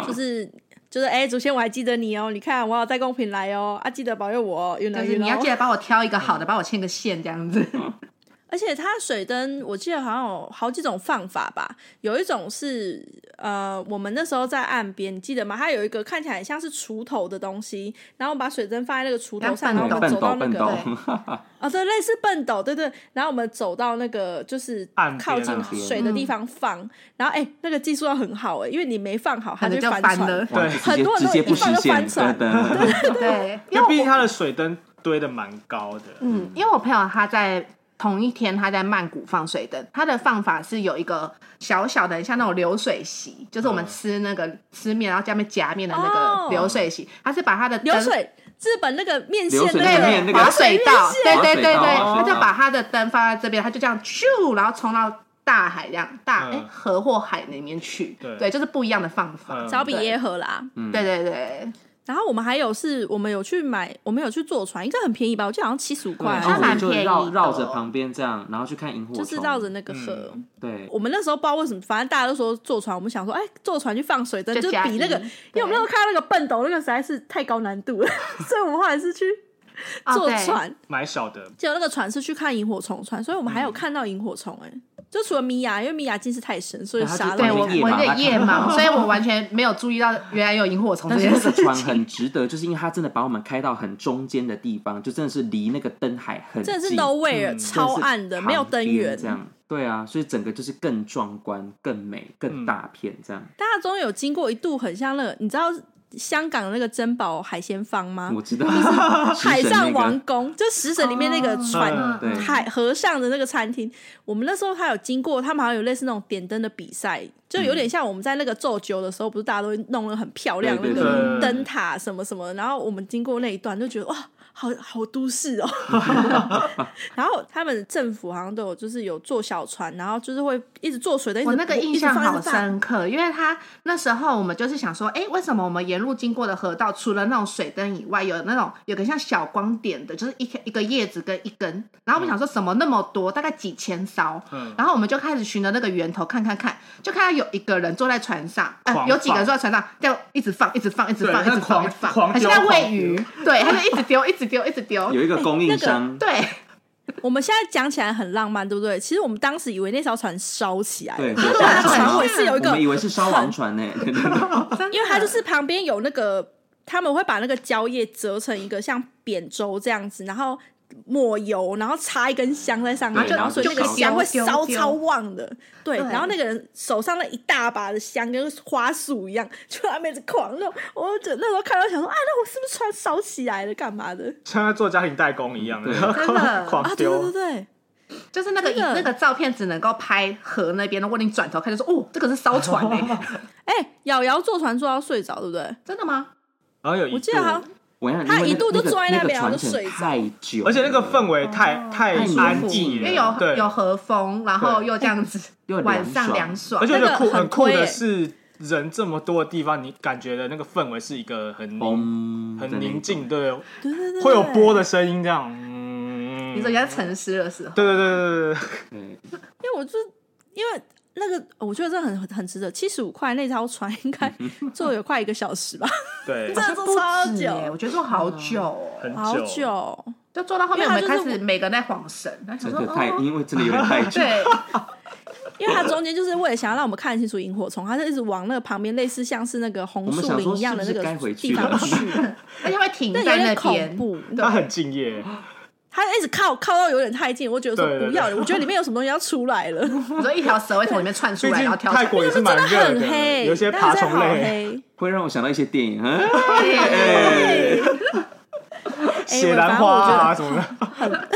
[SPEAKER 1] 就是。就是哎、祖先，我还记得你哦，你看我有带贡品来哦，啊，记得保佑我哦，原来
[SPEAKER 4] 就是你要记
[SPEAKER 1] 得。
[SPEAKER 4] 得帮我挑一个
[SPEAKER 2] 嗯
[SPEAKER 4] 好的，帮我牵个线这样子。
[SPEAKER 1] 而且它水灯，我记得好像有好几种放法吧，有一种是呃，我们那时候在岸边，你记得吗？它有一个看起来很像是锄头的东西，然后我们把水灯放在那个锄头上，
[SPEAKER 4] 像
[SPEAKER 1] 然后
[SPEAKER 4] 斗
[SPEAKER 1] 我们
[SPEAKER 3] 对笨
[SPEAKER 1] 走
[SPEAKER 3] 斗
[SPEAKER 1] 到那
[SPEAKER 3] 笨
[SPEAKER 1] 个
[SPEAKER 3] 斗
[SPEAKER 1] 啊、， 哦，对，类似笨斗，对对。然后我们走到那个就是
[SPEAKER 2] 岸边
[SPEAKER 1] 靠近
[SPEAKER 3] 岸边
[SPEAKER 1] 水的地方放，然后哎、那个技术要很好哎、因为你没放好，它
[SPEAKER 4] 可能就
[SPEAKER 1] 翻
[SPEAKER 4] 翻
[SPEAKER 1] 船
[SPEAKER 4] 了。
[SPEAKER 3] 哇
[SPEAKER 2] 对
[SPEAKER 3] 就直
[SPEAKER 1] 很
[SPEAKER 3] 接
[SPEAKER 1] 多人
[SPEAKER 3] 直
[SPEAKER 1] 都
[SPEAKER 3] 接
[SPEAKER 1] 一
[SPEAKER 3] 不
[SPEAKER 1] 放
[SPEAKER 3] 实
[SPEAKER 1] 就
[SPEAKER 3] 现，
[SPEAKER 1] 翻船
[SPEAKER 3] 对 的。
[SPEAKER 4] 对，
[SPEAKER 2] 因为毕竟它的水灯堆的蛮高的，
[SPEAKER 4] 嗯，因为我朋友他在同一天他在曼谷放水灯，他的放法是有一个小小的像那种流水席，就是我们
[SPEAKER 2] 嗯
[SPEAKER 4] 吃那个吃面然后下面夹面的那
[SPEAKER 1] 哦
[SPEAKER 4] 个流水席，他是把他的灯
[SPEAKER 1] 流。水，日本那个面线
[SPEAKER 3] 流水
[SPEAKER 1] 那
[SPEAKER 3] 那
[SPEAKER 1] 个
[SPEAKER 3] 个面那个
[SPEAKER 4] 滑水道，对对对对，
[SPEAKER 3] 滑水道
[SPEAKER 4] 他就把他的灯放在这边，他就这样咻，然后冲到大海这样大
[SPEAKER 2] 嗯
[SPEAKER 4] 哎河或海里面去，
[SPEAKER 2] 对
[SPEAKER 4] 对，就是不一样的放法，
[SPEAKER 2] 嗯
[SPEAKER 1] 小比耶河啦。
[SPEAKER 4] 对对对，
[SPEAKER 1] 然后我们还有是，我们有去买，我们有去坐船，应该很便宜吧？我记得好像七十五
[SPEAKER 3] 对，
[SPEAKER 1] 块
[SPEAKER 4] 它，
[SPEAKER 3] 然后我
[SPEAKER 4] 蛮
[SPEAKER 3] 就
[SPEAKER 4] 便宜
[SPEAKER 3] 绕
[SPEAKER 4] 的
[SPEAKER 3] 绕着旁边这样，然后去看萤火虫，
[SPEAKER 1] 就是绕着那
[SPEAKER 3] 嗯
[SPEAKER 1] 个河。
[SPEAKER 3] 对，
[SPEAKER 1] 我们那时候不知道为什么，反正大家都说坐船，我们想说，哎，坐船去放水灯，就
[SPEAKER 4] 就加
[SPEAKER 1] 比那个，
[SPEAKER 4] 一
[SPEAKER 1] 因为我们那时候看到那个笨斗那个实在是太高难度了， 所以我们后来是去
[SPEAKER 4] 哦
[SPEAKER 1] 坐
[SPEAKER 4] 对
[SPEAKER 1] 船，
[SPEAKER 2] 买小的，
[SPEAKER 1] 结果那个船是去看萤火虫船，所以我们还有看到萤火虫、哎、就除了米娅，因为米娅近视太深，所以
[SPEAKER 3] 对她就
[SPEAKER 1] 傻了
[SPEAKER 4] 对
[SPEAKER 1] 没
[SPEAKER 4] 我
[SPEAKER 1] 看
[SPEAKER 3] 夜
[SPEAKER 4] 我
[SPEAKER 3] 盲
[SPEAKER 4] 有
[SPEAKER 3] 啊
[SPEAKER 4] 点夜
[SPEAKER 3] 看不
[SPEAKER 4] 盲，
[SPEAKER 3] 到
[SPEAKER 4] 所以我完全没有注意到原来有萤火虫这
[SPEAKER 3] 但是
[SPEAKER 4] 件
[SPEAKER 3] 那
[SPEAKER 4] 事
[SPEAKER 3] 个
[SPEAKER 4] 情。
[SPEAKER 3] 船很值得，就是因为它真的把我们开到很中间的地方，就真的是离那个灯海很近，
[SPEAKER 1] 真的是 nowhere，、
[SPEAKER 2] 嗯
[SPEAKER 1] 超暗的，
[SPEAKER 3] 真是
[SPEAKER 1] 没有灯
[SPEAKER 3] 旁
[SPEAKER 1] 源
[SPEAKER 3] 边。这样。对啊，所以整个就是更壮观、更美、更大片这样。
[SPEAKER 1] 大家终于有经过一度很像那个，你知道香港的那个珍宝海鲜坊吗？
[SPEAKER 3] 我 知道，
[SPEAKER 1] 嗯 海
[SPEAKER 3] 海
[SPEAKER 1] 上王宫，就《食神》里面那个船、
[SPEAKER 4] 哦
[SPEAKER 2] 嗯
[SPEAKER 3] 对
[SPEAKER 1] 海和尚的那个餐厅，我们那时候还有经过，他们好像有类似那种点灯的比赛，就有点像我们在那个奏酒的时候，不是大家都会弄得很漂亮
[SPEAKER 3] 对
[SPEAKER 1] 那
[SPEAKER 3] 对
[SPEAKER 1] 个
[SPEAKER 2] 对
[SPEAKER 1] 灯塔什么什么，然后我们经过那一段就觉得哇。好好都市哦，然后他们政府好像都有，就是有坐小船，然后就是会一直坐水哎的，一直
[SPEAKER 4] 我那个
[SPEAKER 1] 播
[SPEAKER 4] 印象好，
[SPEAKER 1] 一直放一直放
[SPEAKER 4] 深刻，因为他那时候我们就是想说，哎、为什么我们沿路经过的河道，除了那种水灯以外，有那种有个像小光点的，就是一根一个叶子跟一根，然后我们想说什么那么多，大概几千艘，
[SPEAKER 2] 嗯
[SPEAKER 4] 然后我们就开始寻着那个源头看看看，就看到有一个人坐在船上，呃，
[SPEAKER 2] 狂
[SPEAKER 4] 有几个
[SPEAKER 2] 放
[SPEAKER 4] 人坐在船上，就一直放，一直放，一直
[SPEAKER 2] 对
[SPEAKER 4] 放，一
[SPEAKER 2] 他
[SPEAKER 4] 直放，
[SPEAKER 2] 狂
[SPEAKER 4] 一直放，
[SPEAKER 2] 狂
[SPEAKER 4] 很
[SPEAKER 2] 丢
[SPEAKER 4] 像喂
[SPEAKER 2] 狂
[SPEAKER 4] 鱼，对，他就一直丢，一直丢，一直丢，
[SPEAKER 3] 有一个供应商，
[SPEAKER 4] 对。
[SPEAKER 1] 我们现在讲起来很浪漫，对不对？其实我们当时以为那艘船烧起来了，
[SPEAKER 3] 对，
[SPEAKER 1] 因为它
[SPEAKER 3] 烧
[SPEAKER 1] 的
[SPEAKER 4] 对
[SPEAKER 3] 船
[SPEAKER 1] 船
[SPEAKER 3] 哦
[SPEAKER 1] 尾是有一
[SPEAKER 3] 我
[SPEAKER 1] 个
[SPEAKER 3] 们以为是烧王船呢，
[SPEAKER 1] 因为它就是旁边有那个，他们会把那个蕉叶折成一个像扁舟这样子，然后抹油，然后插一根香在上面，
[SPEAKER 3] 对
[SPEAKER 1] 然后所以那个香会
[SPEAKER 4] 就
[SPEAKER 1] 烧
[SPEAKER 4] 丢
[SPEAKER 1] 超旺的。对，
[SPEAKER 4] 对
[SPEAKER 1] 然后那个人手上那一大把的香跟花束一样，就在那边一直狂弄。我就那时候看到想说啊，那我是不是船烧起来了？干嘛的？
[SPEAKER 2] 像在做家庭代工一样，
[SPEAKER 3] 对
[SPEAKER 2] 然后
[SPEAKER 4] 真的
[SPEAKER 1] 啊，
[SPEAKER 2] 狂
[SPEAKER 1] 对对对
[SPEAKER 2] 丢。哦
[SPEAKER 1] 对。
[SPEAKER 4] 就是那个
[SPEAKER 1] 真的
[SPEAKER 4] 那个照片只能够拍河那边，如果你转头看就说，哦，这个是烧船哎、
[SPEAKER 1] 哎、瑶瑶坐船坐到睡着，对不对？
[SPEAKER 4] 真的吗？
[SPEAKER 2] 然后有一
[SPEAKER 1] 我记得好
[SPEAKER 2] 度
[SPEAKER 1] 像
[SPEAKER 3] 我想
[SPEAKER 1] 他一度就坐在那
[SPEAKER 3] 那
[SPEAKER 1] 边然后就
[SPEAKER 3] 个船
[SPEAKER 1] 睡
[SPEAKER 3] 程
[SPEAKER 1] 着
[SPEAKER 3] 太久了，
[SPEAKER 2] 而且那个氛围太、太
[SPEAKER 3] 太舒服
[SPEAKER 2] 安静
[SPEAKER 4] 因
[SPEAKER 2] 了，
[SPEAKER 4] 为有
[SPEAKER 2] 对，
[SPEAKER 4] 有河风，然后
[SPEAKER 2] 对
[SPEAKER 4] 又这样 子
[SPEAKER 3] 又，
[SPEAKER 4] 晚
[SPEAKER 3] 凉
[SPEAKER 4] 上
[SPEAKER 3] 爽
[SPEAKER 4] 凉爽
[SPEAKER 2] 而，且我觉
[SPEAKER 1] 那个
[SPEAKER 2] 得酷
[SPEAKER 1] 很
[SPEAKER 2] 很酷
[SPEAKER 1] 推欸
[SPEAKER 2] 的是，人这么多的地方，你感觉的那个氛围是一个很宁、
[SPEAKER 3] 嗡
[SPEAKER 2] 很宁静，，对，
[SPEAKER 1] 对对对，
[SPEAKER 2] 会有
[SPEAKER 1] 对
[SPEAKER 2] 波的声音这样。嗯，
[SPEAKER 4] 你说你在沉思的时候，
[SPEAKER 2] 对对对对对对，
[SPEAKER 3] 在那个对
[SPEAKER 1] 因为我就因为那个，我觉得这很很值得，七十五块那条船应该坐有快一个小时吧，
[SPEAKER 2] 对，
[SPEAKER 1] 真的坐超
[SPEAKER 4] 不止
[SPEAKER 1] 久，
[SPEAKER 4] 欸我觉得坐好久、哦，
[SPEAKER 2] 很
[SPEAKER 1] 好久。
[SPEAKER 4] 就坐到后面我
[SPEAKER 1] 因为
[SPEAKER 4] 们
[SPEAKER 1] 它
[SPEAKER 4] 开
[SPEAKER 1] 就是
[SPEAKER 4] 始每个人在晃神，然后
[SPEAKER 3] 真
[SPEAKER 4] 想
[SPEAKER 3] 的
[SPEAKER 4] 说
[SPEAKER 3] 太，
[SPEAKER 4] 哦，
[SPEAKER 3] 因为真的有点太 久，
[SPEAKER 4] 对，
[SPEAKER 1] 因为它中间就是为了想要让我们看清楚萤火虫，它就一直往那个旁边类似像是那个红
[SPEAKER 3] 我们
[SPEAKER 1] 树
[SPEAKER 3] 想
[SPEAKER 1] 林
[SPEAKER 3] 说
[SPEAKER 1] 一样的
[SPEAKER 3] 是
[SPEAKER 1] 那
[SPEAKER 3] 不是该回
[SPEAKER 1] 个
[SPEAKER 3] 去
[SPEAKER 1] 地
[SPEAKER 3] 了
[SPEAKER 1] 方去，
[SPEAKER 4] 而且会停
[SPEAKER 1] 那有
[SPEAKER 4] 在那
[SPEAKER 1] 点恐，
[SPEAKER 4] 边
[SPEAKER 1] 怖。
[SPEAKER 2] 它很敬业，
[SPEAKER 1] 它一直靠靠到有点太近，我觉得
[SPEAKER 2] 对
[SPEAKER 1] 说
[SPEAKER 2] 对
[SPEAKER 1] 不要，
[SPEAKER 2] 对
[SPEAKER 1] 我觉得里面有什么东西要出来了，
[SPEAKER 4] 你说一条蛇会从里面窜出
[SPEAKER 2] 毕
[SPEAKER 4] 来，然
[SPEAKER 2] 竟
[SPEAKER 4] 后跳
[SPEAKER 2] 泰
[SPEAKER 4] 出
[SPEAKER 2] 国也是蛮热
[SPEAKER 1] 很
[SPEAKER 2] 的，
[SPEAKER 1] 黑，
[SPEAKER 2] 有一些
[SPEAKER 1] 那
[SPEAKER 2] 爬
[SPEAKER 1] 真的
[SPEAKER 2] 虫
[SPEAKER 1] 好
[SPEAKER 2] 类、
[SPEAKER 1] 黑。哎
[SPEAKER 3] 会让我想到一些电影，嗯
[SPEAKER 4] 来，
[SPEAKER 2] 血兰花啊 什么的。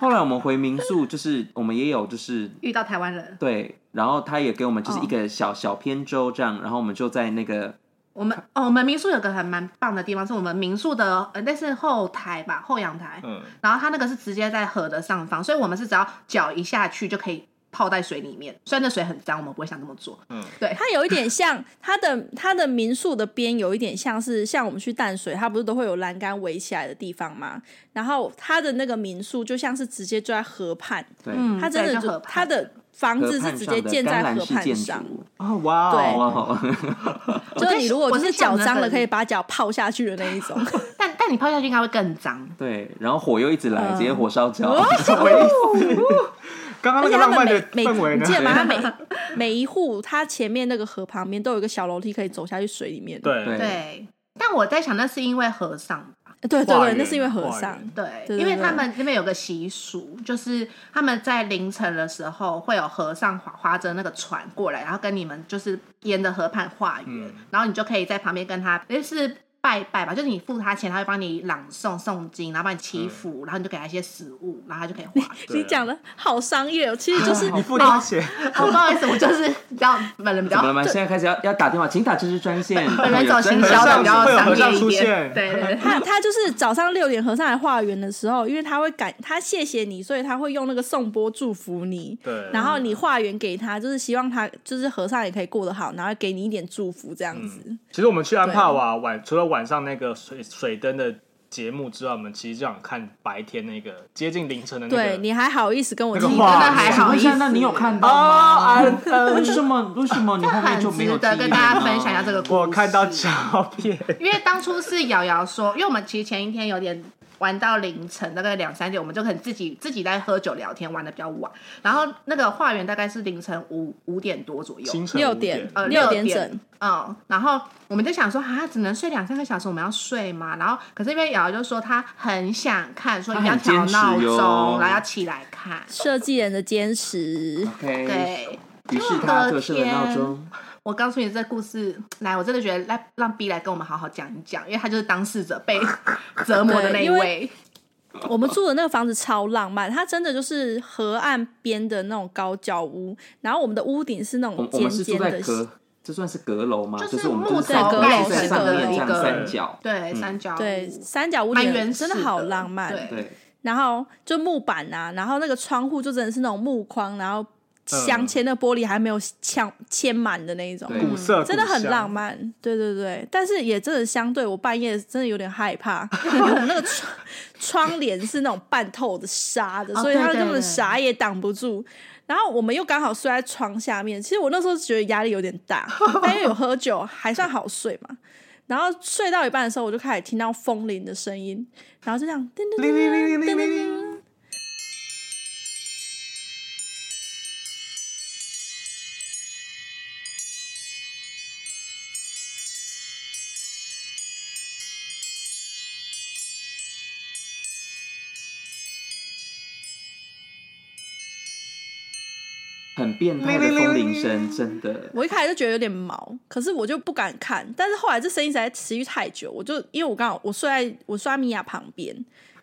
[SPEAKER 3] 后来我们回民宿，就是我们也有就是
[SPEAKER 4] 遇到台湾人，
[SPEAKER 3] 对，然后他也给我们就是
[SPEAKER 1] 哦
[SPEAKER 3] 一个小、小扁舟这样，然后我们就在那个
[SPEAKER 4] 我们哦，我们民宿有个很蛮棒的地方，是我们民宿的呃，类似后台吧，后阳台，
[SPEAKER 2] 嗯，
[SPEAKER 4] 然后它那个是直接在河的上方，所以我们是只要脚一下去就可以泡在水里面。虽然那水很脏，我们不会想这么做。
[SPEAKER 2] 嗯，
[SPEAKER 4] 对，
[SPEAKER 1] 它有一点像它的它的民宿的边有一点像是像我们去淡水，它不是都会有栏杆围起来的地方吗？然后它的那个民宿就像是直接就在河畔，
[SPEAKER 3] 对、
[SPEAKER 4] 嗯，
[SPEAKER 1] 它真的
[SPEAKER 4] 对就
[SPEAKER 1] 就
[SPEAKER 4] 河
[SPEAKER 1] 它
[SPEAKER 4] 畔
[SPEAKER 1] 的房
[SPEAKER 3] 河
[SPEAKER 1] 子
[SPEAKER 3] 畔
[SPEAKER 1] 是直
[SPEAKER 3] 上
[SPEAKER 1] 接
[SPEAKER 3] 的
[SPEAKER 1] 建
[SPEAKER 3] 甘
[SPEAKER 1] 在
[SPEAKER 3] 蓝
[SPEAKER 1] 河
[SPEAKER 3] 式
[SPEAKER 1] 畔
[SPEAKER 3] 建
[SPEAKER 1] 上，
[SPEAKER 3] 筑，
[SPEAKER 2] 啊哇
[SPEAKER 4] 哎
[SPEAKER 2] 哦，
[SPEAKER 3] 哇哦，
[SPEAKER 1] 就是你如果
[SPEAKER 4] 我
[SPEAKER 1] 就是是脚脏
[SPEAKER 4] 我
[SPEAKER 1] 了，
[SPEAKER 4] 是想那个
[SPEAKER 1] 可以把脚泡下去的那一 种。
[SPEAKER 4] 但但你泡下去应该会更脏。
[SPEAKER 3] 对，然后火又一直来，直接
[SPEAKER 4] 嗯
[SPEAKER 3] 火烧脚，
[SPEAKER 4] 哦
[SPEAKER 2] 什么意思？刚刚
[SPEAKER 1] 而
[SPEAKER 2] 那
[SPEAKER 1] 且他
[SPEAKER 2] 个浪
[SPEAKER 1] 们
[SPEAKER 2] 漫的
[SPEAKER 1] 每
[SPEAKER 2] 氛
[SPEAKER 1] 每
[SPEAKER 2] 围
[SPEAKER 1] 你
[SPEAKER 2] 呢
[SPEAKER 1] 记？ 得吗？它每每一户它前面那个河旁边都有一个小楼梯可以走下去水里面。
[SPEAKER 2] 对
[SPEAKER 3] 对
[SPEAKER 4] 对，但我在想，那是因为河上吧。
[SPEAKER 1] 对对
[SPEAKER 2] 花
[SPEAKER 1] 对，
[SPEAKER 2] 园
[SPEAKER 1] 那是因为河
[SPEAKER 2] 花
[SPEAKER 1] 上
[SPEAKER 2] 园。
[SPEAKER 4] 对，
[SPEAKER 1] 对对
[SPEAKER 4] 因为
[SPEAKER 1] 对
[SPEAKER 4] 他们那边有个习俗，就是他们在凌晨的时候会有和尚划划着那个船过来，然后跟你们就是沿着河畔化缘，
[SPEAKER 2] 嗯
[SPEAKER 4] 然后你就可以在旁边跟他就是拜拜吧，就是你付他钱，他会帮你朗诵诵经，然后帮你
[SPEAKER 2] 嗯
[SPEAKER 4] 祈福，然后你就给他一些食物，然后他就可以化缘。
[SPEAKER 3] 啊
[SPEAKER 2] 对
[SPEAKER 1] 你讲的好商业哦，其实 就是
[SPEAKER 2] 你付他钱，
[SPEAKER 4] 哦，不好意思，我就是比较本人比
[SPEAKER 3] 怎么了
[SPEAKER 4] 较
[SPEAKER 3] 吗？现在开始要要打电话，请打这支专线，哎
[SPEAKER 4] 本人走行
[SPEAKER 3] 有专
[SPEAKER 4] 销的比较
[SPEAKER 2] 会有和
[SPEAKER 4] 商
[SPEAKER 2] 尚
[SPEAKER 4] 业一
[SPEAKER 2] 出
[SPEAKER 4] 点，
[SPEAKER 2] 现
[SPEAKER 4] 对对对。
[SPEAKER 1] 嗯他他就是早上六点和尚来化缘的时候，因为他会感他谢谢你，所以他会用那个颂钵祝福你。
[SPEAKER 2] 对
[SPEAKER 1] 然后你化缘给他，就是希望他就是和尚也可以过得好，然后给你一点祝福这样子。
[SPEAKER 2] 其实我们去安帕瓦晚，除了晚上那个水水灯的节目之外，我们其实就想看白天那个接近凌晨的那
[SPEAKER 1] 对
[SPEAKER 2] 个。
[SPEAKER 1] 你还好意思跟我
[SPEAKER 2] 那个
[SPEAKER 1] 提
[SPEAKER 4] 你
[SPEAKER 1] 吗
[SPEAKER 4] 真
[SPEAKER 2] 画
[SPEAKER 4] 的
[SPEAKER 2] 面
[SPEAKER 4] 还
[SPEAKER 3] 请
[SPEAKER 4] 好
[SPEAKER 3] 问
[SPEAKER 4] 意
[SPEAKER 3] 一
[SPEAKER 4] 思
[SPEAKER 3] 下，啊那你有看到
[SPEAKER 2] 哦
[SPEAKER 3] 吗？
[SPEAKER 2] 安
[SPEAKER 3] 呃，为什么为什么你后面
[SPEAKER 4] 很
[SPEAKER 3] 就没有
[SPEAKER 4] 值得跟大家分享一下这
[SPEAKER 3] 个。
[SPEAKER 4] 个故事。
[SPEAKER 2] 我看到照片，
[SPEAKER 4] 因为当初是瑶瑶说，因为我们其实前一天有点玩到凌晨，大概两三点，我们就很自己自己在喝酒聊天，玩的比较晚。然后那个化园大概是凌晨五五点多左右，
[SPEAKER 2] 清晨
[SPEAKER 1] 六
[SPEAKER 2] 5点
[SPEAKER 1] 点，
[SPEAKER 4] 呃
[SPEAKER 1] 六
[SPEAKER 4] 六
[SPEAKER 1] 点
[SPEAKER 4] 点
[SPEAKER 1] 整，
[SPEAKER 4] 嗯，然后我们就想说啊，只能睡两三个小时，我们要睡嘛。然后可是因为瑶瑶就说她很想看，说一定要调
[SPEAKER 3] 她
[SPEAKER 4] 闹
[SPEAKER 3] 很坚持哟
[SPEAKER 4] 钟，然后要起来看。
[SPEAKER 1] 设计人的坚持。
[SPEAKER 3] OK，
[SPEAKER 4] 对，
[SPEAKER 3] 于是他设置了闹钟，
[SPEAKER 4] 我告诉你这故事，来，我真的觉得来让 B 来跟我们好好讲一讲，因为他就是当事者 被折磨的那
[SPEAKER 1] 对
[SPEAKER 4] 一
[SPEAKER 1] 因
[SPEAKER 4] 位。
[SPEAKER 1] 我们住的那个房子超浪漫，它真的就是河岸边的那种高脚屋，然后我们的屋顶是那
[SPEAKER 3] 我
[SPEAKER 1] 种
[SPEAKER 3] 我
[SPEAKER 1] 尖
[SPEAKER 3] 们是住
[SPEAKER 1] 尖
[SPEAKER 3] 在
[SPEAKER 1] 的，
[SPEAKER 3] 阁，这算是阁楼吗？
[SPEAKER 4] 就
[SPEAKER 3] 就是是我们
[SPEAKER 4] 木
[SPEAKER 3] 就是三
[SPEAKER 1] 头
[SPEAKER 3] 个
[SPEAKER 1] 盖
[SPEAKER 3] 是在
[SPEAKER 1] 着
[SPEAKER 3] 上
[SPEAKER 1] 的
[SPEAKER 3] 面这
[SPEAKER 1] 一
[SPEAKER 3] 样
[SPEAKER 4] 个
[SPEAKER 3] 三角，
[SPEAKER 4] 对，三角
[SPEAKER 1] 对，
[SPEAKER 4] 屋
[SPEAKER 1] 三角屋
[SPEAKER 4] 蛮
[SPEAKER 1] 顶
[SPEAKER 4] 原始
[SPEAKER 1] 真的好
[SPEAKER 4] 的
[SPEAKER 1] 浪漫。
[SPEAKER 4] 对
[SPEAKER 3] 对，
[SPEAKER 1] 然后就木板啊，然后那个窗户就真的是那种木框，然后镶嵌那玻璃还没有镶嵌满的那一种，
[SPEAKER 3] 对
[SPEAKER 2] 古色
[SPEAKER 1] 嗯真的很浪
[SPEAKER 2] 漫。
[SPEAKER 1] 漫。对对对，但是也真的相对，我半夜真的有点害 怕，因为我们那个窗窗帘是那种半透的纱的，
[SPEAKER 4] 哦
[SPEAKER 1] 所以它
[SPEAKER 4] 对对
[SPEAKER 1] 根本
[SPEAKER 4] 对
[SPEAKER 1] 啥也挡不住。然后我们又刚好睡在床下面，其实我那时候觉得压力有点大，但因为有喝酒，还算好睡嘛。然后睡到一半的时候，我就开始听到风铃的声音，然后就这样叮叮
[SPEAKER 2] 叮叮叮
[SPEAKER 1] 叮
[SPEAKER 2] 叮叮
[SPEAKER 1] 叮
[SPEAKER 2] 叮
[SPEAKER 1] 叮
[SPEAKER 2] 叮。
[SPEAKER 3] 很变态的风铃声，真 的。
[SPEAKER 1] 我一开始就觉得有点毛，可是我就不敢看。但是后来这声音实在持续太久，我就因为我刚好我睡在我睡在米娅旁边，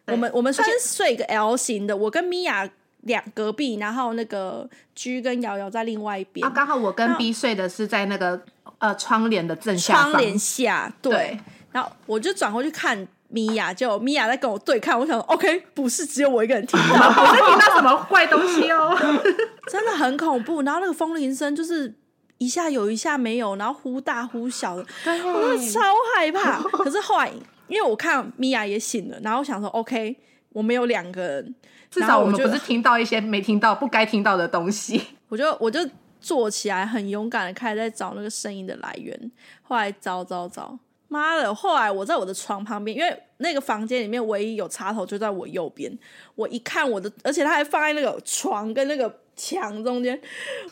[SPEAKER 4] 对
[SPEAKER 1] 我们我们算是睡一个 L 型的，我跟米娅两隔壁，然后那个 G 跟瑶瑶在另外一边、
[SPEAKER 4] 啊，刚好我跟 B 睡的是在那个呃窗帘的正下方，
[SPEAKER 1] 窗帘下，对。
[SPEAKER 4] 对
[SPEAKER 1] 然后我就转过去看米娅，就米娅在跟我对看，我想说 OK，不是只有我一个人听 到，
[SPEAKER 4] 我在听到什么怪东西哦？
[SPEAKER 1] 真的很恐怖。然后那个风铃声就是一下有一下没有，然后忽大忽小的，我真的超害怕。 可是后来，因为我看米娅也醒了，然后我想说，OK，我们有两个人，
[SPEAKER 4] 至
[SPEAKER 1] 然
[SPEAKER 4] 少
[SPEAKER 1] 后
[SPEAKER 4] 我们
[SPEAKER 1] 就
[SPEAKER 4] 不是听到一些没听到、不该听到的东西。
[SPEAKER 1] 我就我就坐起来，很勇敢的开始在找那个声音的来源。后来找找找，妈的！后来我在我的床旁边，因为那个房间里面唯一有插头就在我右边。我一看我的，而且它还放在那个床跟那个墙中间。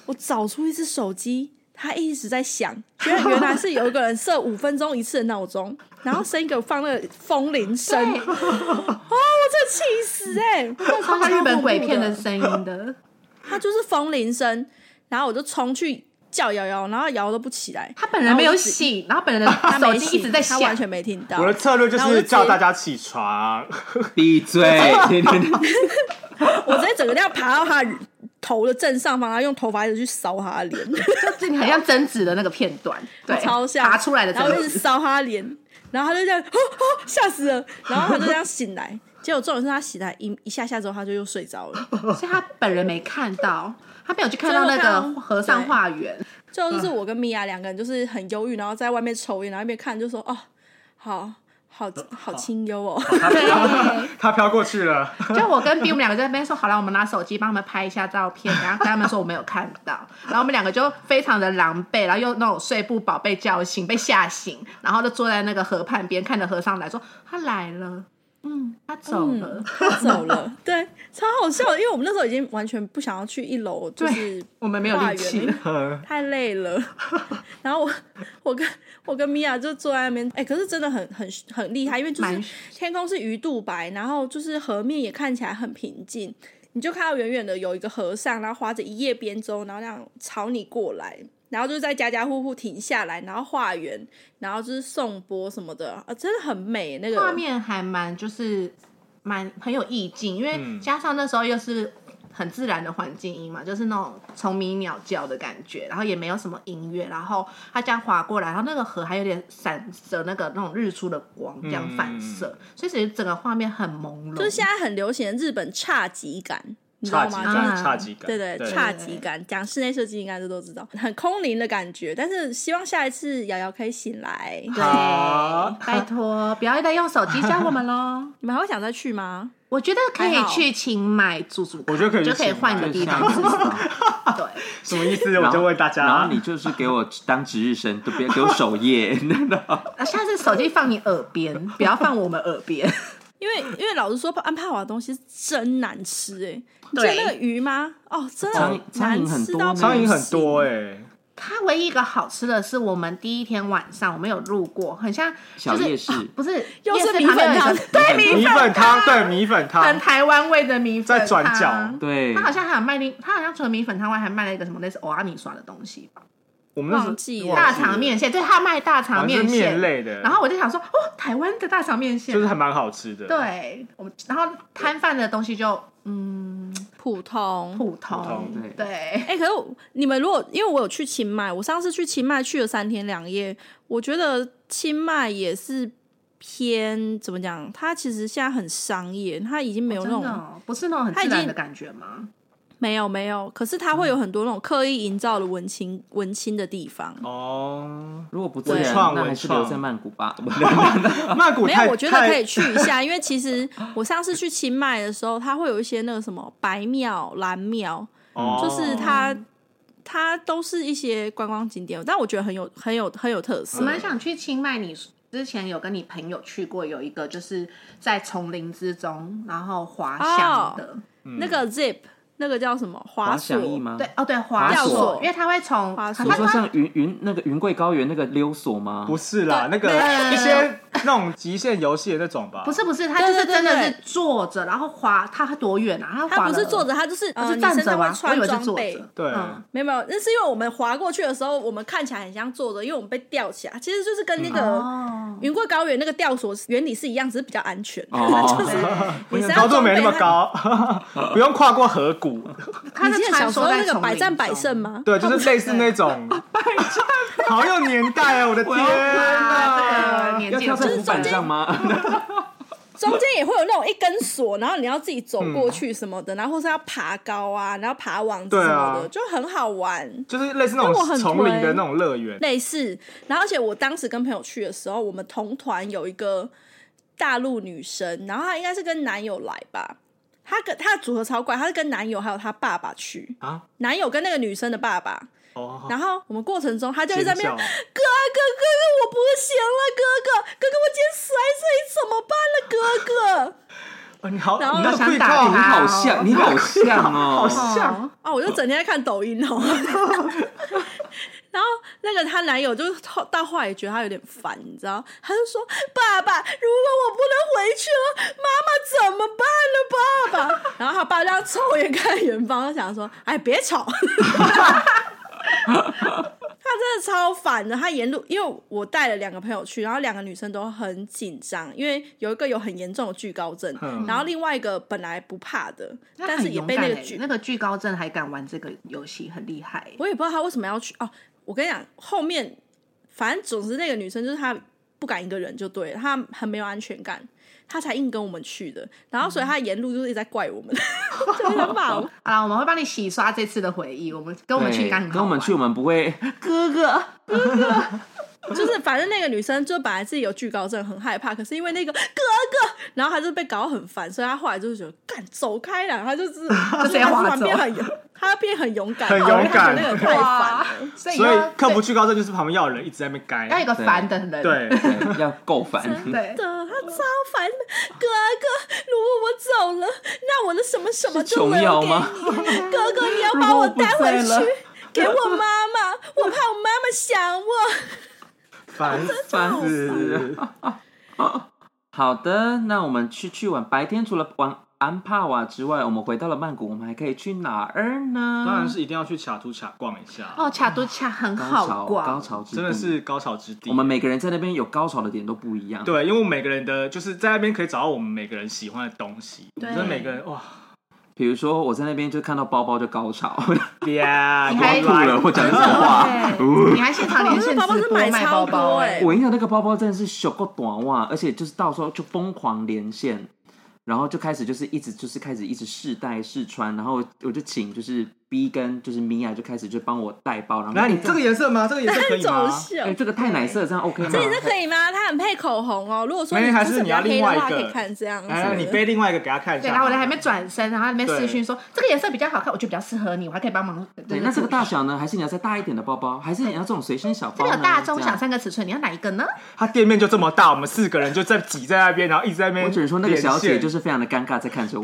[SPEAKER 1] 我找出一只手机，它一直在响，原来原来是有一个人设五分钟一次的闹钟，然后声音给我放那个风铃声，哦，我真的气死哎、欸！
[SPEAKER 4] 超像日本鬼片
[SPEAKER 1] 超恐怖
[SPEAKER 4] 的
[SPEAKER 1] 的
[SPEAKER 4] 声 音的，
[SPEAKER 1] 它就是风铃声，然后我就冲去叫瑶瑶，然后瑶瑶都不起来，
[SPEAKER 4] 他本人没有醒，然后本人的
[SPEAKER 1] 她
[SPEAKER 4] 手
[SPEAKER 1] 没
[SPEAKER 4] 机
[SPEAKER 1] 醒，
[SPEAKER 4] 一直在
[SPEAKER 1] 她
[SPEAKER 4] 响，
[SPEAKER 1] 完全没听到
[SPEAKER 2] 我。的策略就
[SPEAKER 1] 然后我
[SPEAKER 2] 是
[SPEAKER 1] 就直接
[SPEAKER 2] 叫大家起床，
[SPEAKER 3] 闭 嘴！天天天
[SPEAKER 1] 我直接整个要爬到她头的正上方，然后用头发一直去搔她的 脸，
[SPEAKER 4] 就是你很像贞子的那个片段，对，
[SPEAKER 1] 超像
[SPEAKER 4] 爬出来的
[SPEAKER 1] 然后
[SPEAKER 4] 贞
[SPEAKER 1] 一直
[SPEAKER 4] 子，
[SPEAKER 1] 搔她脸，然后她就这样， 哦哦，吓死了，然后她就这样醒来。结果重点是她醒来一一下下之后，她就又睡着 了。
[SPEAKER 4] 所以他本人没看 到，他没有去看到那
[SPEAKER 1] 最后看
[SPEAKER 4] 个
[SPEAKER 1] 到
[SPEAKER 4] 和尚化缘，
[SPEAKER 1] 最后就是我跟米娅两个人就是很忧郁，然后在外面抽烟，然后一边看就说：“哦，好好好清幽 哦。”
[SPEAKER 4] 对。
[SPEAKER 2] 他飘过去了。
[SPEAKER 4] 就我跟 B 我们两个在那边说，好了，我们拿手机帮他们拍一下照片，然后跟他们说我没有看到，然后我们两个就非常的狼狈，然后又那种睡不饱被叫醒，被吓醒，然后就坐在那个河畔边看着和尚来说他来了，嗯，他走了。
[SPEAKER 1] 嗯，他走了， 对，超好笑的，因为我们那时候已经完全不想要去一楼，就是
[SPEAKER 4] 我们没有
[SPEAKER 1] 化
[SPEAKER 4] 力气
[SPEAKER 1] 缘
[SPEAKER 4] 了
[SPEAKER 1] 了，太累 了。然后我我跟我跟米娅就坐在那边，哎、可是真的很很很厉害，因为就是
[SPEAKER 4] 蛮
[SPEAKER 1] 天空是鱼肚白，然后就是河面也看起来很平静，你就看到远远的有一个和尚，然后划着一叶扁舟，然后那样朝你过来。然后就是在家家户户停下来，然后化缘，然后就是颂钵什么的，啊，真的很美那个
[SPEAKER 4] 画面还蛮就是蛮很有意境，因为
[SPEAKER 2] 嗯
[SPEAKER 4] 加上那时候又是很自然的环境音嘛，就是那种虫鸣鸟叫的感觉，然后也没有什么音乐，然后它这样划过来，然后那个河还有点闪着那个那种日出的光，这样反射，
[SPEAKER 2] 嗯
[SPEAKER 4] 所以其实整个画面很朦胧。
[SPEAKER 1] 就是现在很流行的日本侘寂感，你知
[SPEAKER 2] 差
[SPEAKER 1] 道
[SPEAKER 2] 几
[SPEAKER 1] 吗？
[SPEAKER 4] 感
[SPEAKER 1] 就是
[SPEAKER 2] 感，差几感，
[SPEAKER 1] 对对，侘寂感，讲室内设计应该这都知道，很空灵的感觉。但是希望下一次瑶瑶可以醒来，
[SPEAKER 2] 好
[SPEAKER 4] 对，拜托不要再用手机教我们喽。
[SPEAKER 1] 你们还会想再去吗？
[SPEAKER 4] 我觉得可
[SPEAKER 1] 还
[SPEAKER 4] 以
[SPEAKER 1] 好
[SPEAKER 4] 去清迈住住看，
[SPEAKER 2] 我觉得可以去
[SPEAKER 4] 就可以
[SPEAKER 2] 清迈
[SPEAKER 4] 换个
[SPEAKER 3] 就
[SPEAKER 4] 地
[SPEAKER 3] 像
[SPEAKER 4] 方
[SPEAKER 3] 是
[SPEAKER 4] 住住。
[SPEAKER 3] 吧
[SPEAKER 4] 对，
[SPEAKER 2] 什么意思？我就问大家，
[SPEAKER 3] 然后你就是给我当值日生，都不 要给我守夜，真的。
[SPEAKER 4] 啊，下次手机放你耳边，不要放我们耳边。
[SPEAKER 1] 因为因为老实说，安帕瓦的东西是真难吃哎、你记
[SPEAKER 4] 对
[SPEAKER 1] 得那个鱼吗？哦，真的
[SPEAKER 3] 苍苍
[SPEAKER 1] 难
[SPEAKER 3] 蝇很
[SPEAKER 1] 吃
[SPEAKER 3] 多
[SPEAKER 1] 到
[SPEAKER 3] 呢
[SPEAKER 2] 苍蝇很多
[SPEAKER 1] 哎、
[SPEAKER 2] 哎、
[SPEAKER 4] 它唯一一个好吃的是，我们第一天晚上我们有路过，很像
[SPEAKER 3] 小
[SPEAKER 4] 就是
[SPEAKER 3] 夜市
[SPEAKER 4] 啊不是
[SPEAKER 1] 又
[SPEAKER 4] 夜
[SPEAKER 1] 是
[SPEAKER 4] 市
[SPEAKER 1] 米
[SPEAKER 4] 旁边
[SPEAKER 1] 粉汤
[SPEAKER 4] 有一个， 对
[SPEAKER 3] 米
[SPEAKER 4] 米
[SPEAKER 2] 米粉
[SPEAKER 4] 粉
[SPEAKER 2] 汤，对米粉
[SPEAKER 4] 很
[SPEAKER 2] 汤，
[SPEAKER 4] 台湾味的米粉汤
[SPEAKER 2] 在转角
[SPEAKER 3] 对，
[SPEAKER 4] 哦它好像还有卖另，它好像除了米粉汤外，还卖了一个什么类似欧阿米刷的东西吧。
[SPEAKER 2] 我们那时
[SPEAKER 1] 忘记
[SPEAKER 2] 候
[SPEAKER 1] 了
[SPEAKER 4] 大肠面线，对，他卖大肠
[SPEAKER 2] 好像是
[SPEAKER 4] 线
[SPEAKER 2] 面类的，
[SPEAKER 4] 然后我就想说，哦，台湾的大肠面线，啊
[SPEAKER 2] 就是还蛮好吃的。，
[SPEAKER 4] 对，我们然后摊贩的东西就嗯
[SPEAKER 1] 普通。
[SPEAKER 4] 普通，
[SPEAKER 2] 普通
[SPEAKER 3] 对
[SPEAKER 4] 对，
[SPEAKER 1] 哎、可是我你们如果因为我有去清迈，我上次去清迈去了三天两夜，我觉得清迈也是偏怎么讲？它其实现在很商业，它已经没有那
[SPEAKER 4] 真
[SPEAKER 1] 种、
[SPEAKER 4] 的哦不是那种很
[SPEAKER 1] 他已
[SPEAKER 4] 自然
[SPEAKER 1] 经
[SPEAKER 4] 的感觉吗？
[SPEAKER 1] 没有没有，可是它会有
[SPEAKER 4] 嗯
[SPEAKER 1] 很多那种刻意营造的文青文青的地方。
[SPEAKER 2] 哦，
[SPEAKER 3] 如果不自
[SPEAKER 1] 文
[SPEAKER 3] 然，
[SPEAKER 2] 创
[SPEAKER 3] 那还
[SPEAKER 2] 文
[SPEAKER 3] 是留
[SPEAKER 2] 创
[SPEAKER 3] 在曼谷 吧。
[SPEAKER 2] 曼谷
[SPEAKER 1] 没有，
[SPEAKER 2] 太
[SPEAKER 1] 我觉得可以去一 下，因为其实我上次去清迈的时候，它会有一些那个什么白庙、蓝庙，
[SPEAKER 2] 太
[SPEAKER 1] 就是
[SPEAKER 2] 哦
[SPEAKER 1] 它它都是一些观光景点，但我觉得很有很有很有特
[SPEAKER 4] 我
[SPEAKER 1] 色。
[SPEAKER 4] 蛮想去清迈，你之前有跟你朋友去过，有一个就是在丛林之中，然后滑
[SPEAKER 1] 哦
[SPEAKER 4] 翔的，
[SPEAKER 1] 那个
[SPEAKER 4] 嗯
[SPEAKER 1] Zip 那个叫什么
[SPEAKER 3] 滑
[SPEAKER 1] 滑索
[SPEAKER 3] 翔翼？吗？
[SPEAKER 4] 对，哦对，滑
[SPEAKER 3] 滑
[SPEAKER 1] 索
[SPEAKER 4] 因为它会从
[SPEAKER 1] 滑索
[SPEAKER 3] 你
[SPEAKER 4] 它
[SPEAKER 3] 说像云云那个云贵高原那个溜索吗？
[SPEAKER 2] 不是啦，那个一些那种极限游戏的那种吧，
[SPEAKER 4] 不是不是，它
[SPEAKER 1] 对
[SPEAKER 4] 就是
[SPEAKER 1] 对对
[SPEAKER 4] 真的
[SPEAKER 1] 对
[SPEAKER 4] 是坐着，然后滑，它多远啊？它
[SPEAKER 1] 它
[SPEAKER 4] 滑
[SPEAKER 1] 不是
[SPEAKER 4] 了
[SPEAKER 1] 坐，着，它就是
[SPEAKER 4] 不
[SPEAKER 1] 呃
[SPEAKER 4] 是
[SPEAKER 1] 你
[SPEAKER 4] 啊站
[SPEAKER 1] 身
[SPEAKER 4] 着
[SPEAKER 1] 上
[SPEAKER 4] 吗
[SPEAKER 1] 会？
[SPEAKER 4] 我以
[SPEAKER 1] 穿
[SPEAKER 4] 为是
[SPEAKER 1] 装
[SPEAKER 4] 坐
[SPEAKER 1] 备
[SPEAKER 4] 着。。
[SPEAKER 2] 对，
[SPEAKER 4] 嗯
[SPEAKER 1] 没有没有，那是因为我们滑过去的时候，我们看起来很像坐着，因为我们被吊起来，其实就是跟那个
[SPEAKER 4] 哦，
[SPEAKER 1] 云贵高原那个吊索原理是一样，只是比较安全。
[SPEAKER 3] 哦，
[SPEAKER 1] 你身
[SPEAKER 2] 高
[SPEAKER 1] 上
[SPEAKER 2] 度
[SPEAKER 1] 装
[SPEAKER 2] 没
[SPEAKER 1] 备
[SPEAKER 2] 那么
[SPEAKER 1] 它
[SPEAKER 2] 高， 不用跨过河谷。
[SPEAKER 4] 它
[SPEAKER 1] 你
[SPEAKER 4] 是
[SPEAKER 1] 记得
[SPEAKER 4] 穿
[SPEAKER 1] 小
[SPEAKER 4] 梭
[SPEAKER 1] 时候
[SPEAKER 4] 在
[SPEAKER 1] 那个
[SPEAKER 4] 丛
[SPEAKER 1] 百
[SPEAKER 4] 林
[SPEAKER 1] 战百
[SPEAKER 4] 中
[SPEAKER 1] 胜吗？
[SPEAKER 2] 对，就是类似 那种好有年代啊！我的天
[SPEAKER 4] 啊，这
[SPEAKER 2] 哪
[SPEAKER 4] 个！年
[SPEAKER 3] 要
[SPEAKER 4] 纪
[SPEAKER 3] 跳
[SPEAKER 4] 有
[SPEAKER 3] 在
[SPEAKER 4] 这
[SPEAKER 3] 浮板上吗？
[SPEAKER 1] 中间也会有那种一根索，然后你要自己走过去什么的，然后或是要爬高啊，然后爬网子
[SPEAKER 2] 对
[SPEAKER 1] 什
[SPEAKER 2] 啊
[SPEAKER 1] 么的，就很好玩。
[SPEAKER 2] 就是类似那
[SPEAKER 1] 那我
[SPEAKER 2] 种
[SPEAKER 1] 很
[SPEAKER 2] 丛林
[SPEAKER 1] 推
[SPEAKER 2] 的那种乐园，
[SPEAKER 1] 类似，然后而且我当时跟朋友去的时候，我们同团有一个大陆女生，然后她应该是跟男友来吧，她跟她的组合超怪，她是跟男友还有她爸爸去
[SPEAKER 2] 啊，
[SPEAKER 1] 男友跟那个女生的爸爸，
[SPEAKER 2] 哦，
[SPEAKER 1] 然后我们过程中她就会在那边
[SPEAKER 2] 尖叫
[SPEAKER 1] 哥哥哥哥，我不行了，哥哥哥哥，我今天摔这里怎么办了，哥哥？
[SPEAKER 2] 哦你好，
[SPEAKER 1] 然后
[SPEAKER 2] 你那
[SPEAKER 1] 我
[SPEAKER 2] 个
[SPEAKER 4] 想
[SPEAKER 2] 对
[SPEAKER 4] 打
[SPEAKER 2] 抗
[SPEAKER 3] 你
[SPEAKER 4] 他
[SPEAKER 3] 好 像，你好像哦，
[SPEAKER 4] 像
[SPEAKER 1] 哦，我就整天在看抖音哦。 然后那个她男友就后到后来也觉得她有点烦，你知道，他就说：“爸爸，如果我不能回去了，妈妈怎么办呢？爸爸。”然后他爸这样抽烟看远方，他想说：“哎，别吵。” 他真的超烦的，他沿路因为我带了两个朋友去，然后两个女生都很紧张，因为有一个有很严重的惧高症，
[SPEAKER 2] 嗯
[SPEAKER 1] 然后另外一个本来不怕的，
[SPEAKER 4] 那
[SPEAKER 1] 但
[SPEAKER 4] 很
[SPEAKER 1] 是也
[SPEAKER 4] 勇
[SPEAKER 1] 被
[SPEAKER 4] 敢
[SPEAKER 1] 那个
[SPEAKER 4] 欸
[SPEAKER 1] 惧
[SPEAKER 4] 那个惧高症还敢玩这个游戏，很厉害欸。
[SPEAKER 1] 我也不知道他为什么要去哦。我跟你讲，后面反正总之那个女生就是她不敢一个人就对了，她很没有安全感，她才硬跟我们去的。然后所以她沿路就是一直在怪我们， 就是很把我们
[SPEAKER 4] 好了，我们会帮你洗刷这次的回忆。我们跟我们去应该很
[SPEAKER 3] 对，
[SPEAKER 4] 好
[SPEAKER 3] 跟我们
[SPEAKER 4] 玩
[SPEAKER 3] 去，我们不会
[SPEAKER 4] 哥哥，
[SPEAKER 1] 就是反正那个女生就本来自己有惧高症，很害怕，可是因为那个哥哥，然后她就被搞得很烦，所以她后来就是觉得干走开了，她 就是就
[SPEAKER 4] 直接划
[SPEAKER 1] 她突然
[SPEAKER 4] 走
[SPEAKER 1] 变很勇，她变很勇敢，
[SPEAKER 2] 很
[SPEAKER 1] 然后
[SPEAKER 2] 勇敢
[SPEAKER 1] 她觉得那个太
[SPEAKER 4] 哇
[SPEAKER 1] 烦了。
[SPEAKER 4] 所以
[SPEAKER 2] 所
[SPEAKER 4] 要
[SPEAKER 2] 以克服惧高症就是旁边要有人一直在那边
[SPEAKER 4] 要有
[SPEAKER 2] 该，
[SPEAKER 4] 一个烦的人，
[SPEAKER 2] 对，
[SPEAKER 3] 对要够烦。
[SPEAKER 4] 对
[SPEAKER 1] 的，他超烦。哥哥，如果我走了，那我的什么什么
[SPEAKER 3] 是
[SPEAKER 1] 都留
[SPEAKER 3] 琼
[SPEAKER 1] 给
[SPEAKER 3] 瑶吗
[SPEAKER 1] 你。哥哥，你要
[SPEAKER 3] 如
[SPEAKER 1] 把
[SPEAKER 3] 果我
[SPEAKER 1] 我
[SPEAKER 3] 不
[SPEAKER 1] 带回
[SPEAKER 3] 在了
[SPEAKER 1] 去给我妈妈，我怕我妈妈想 我。
[SPEAKER 2] 烦
[SPEAKER 3] 烦
[SPEAKER 2] 死！
[SPEAKER 3] 好的，那我们去去玩白天除了玩安帕瓦之外，我们回到了曼谷，我们还可以去哪儿呢？
[SPEAKER 2] 当然是一定要去卡图卡逛一下，
[SPEAKER 4] 哦，卡都卡很
[SPEAKER 3] 高
[SPEAKER 4] 好
[SPEAKER 3] 潮，
[SPEAKER 4] 逛，
[SPEAKER 3] 高潮之
[SPEAKER 2] 真的
[SPEAKER 3] 地
[SPEAKER 2] 是高潮之地。
[SPEAKER 3] 我们每个人在那边有高潮的点都不一样。
[SPEAKER 2] 对，因为每个人的就是在那边可以找到我们每个人喜欢的东西，我
[SPEAKER 4] 对
[SPEAKER 2] 觉得每个人哇，
[SPEAKER 3] 比如说我在那边就看到包包就高 潮，
[SPEAKER 2] 呀，
[SPEAKER 4] 你还
[SPEAKER 2] 原
[SPEAKER 3] 吐
[SPEAKER 2] 来
[SPEAKER 3] 了，我讲这
[SPEAKER 4] 真
[SPEAKER 3] 种
[SPEAKER 4] 的
[SPEAKER 3] 话。
[SPEAKER 4] 欸，你还现场连线
[SPEAKER 1] 宝宝
[SPEAKER 4] 直
[SPEAKER 1] 是
[SPEAKER 4] 播
[SPEAKER 1] 买
[SPEAKER 4] 卖
[SPEAKER 1] 超多
[SPEAKER 4] 包包
[SPEAKER 1] 欸
[SPEAKER 4] 欸
[SPEAKER 3] 我印象那个包包真的是小够短袜，而且就是到时候就疯狂连线，然后就开始就是一直就是开始一直试戴试穿，然后我就请就是 B 跟就是米娅就开始就帮我带包，然后
[SPEAKER 2] 来，你
[SPEAKER 3] 哎
[SPEAKER 2] 这个颜色吗？这个颜色可以
[SPEAKER 1] 走
[SPEAKER 2] 吗？
[SPEAKER 1] 秀
[SPEAKER 3] 哎，这个太奶色，这样 OK 吗？
[SPEAKER 1] 这也是可以吗？它很配口红哦。如果说
[SPEAKER 2] 没
[SPEAKER 1] 你
[SPEAKER 2] 还
[SPEAKER 1] 肤
[SPEAKER 2] 是
[SPEAKER 1] 色
[SPEAKER 2] 你
[SPEAKER 1] 比
[SPEAKER 2] 要
[SPEAKER 1] 较黑
[SPEAKER 2] 另
[SPEAKER 1] 的
[SPEAKER 2] 外一
[SPEAKER 1] 话，可
[SPEAKER 2] 个
[SPEAKER 1] 以看这样
[SPEAKER 2] 来来，你
[SPEAKER 1] 子。
[SPEAKER 2] 背另外一个给他看一下。
[SPEAKER 4] 对，然后我还没转身，然后他那边
[SPEAKER 2] 对
[SPEAKER 4] 视讯说这个颜色比较好看，我觉得比较适合你，我还可以帮忙。
[SPEAKER 3] 对，那这个大小呢？还是你要再大一点的包包？还是你要这种随身小
[SPEAKER 4] 这
[SPEAKER 3] 包呢？
[SPEAKER 4] 个有大、中、
[SPEAKER 3] 这样
[SPEAKER 4] 小三个尺寸，你要哪一个呢？
[SPEAKER 2] 他店面就这么大，我们四个人就在挤在那边，然后一直在那边。。
[SPEAKER 3] 我只能说那个小姐就是 是非常的尴尬，在看着我，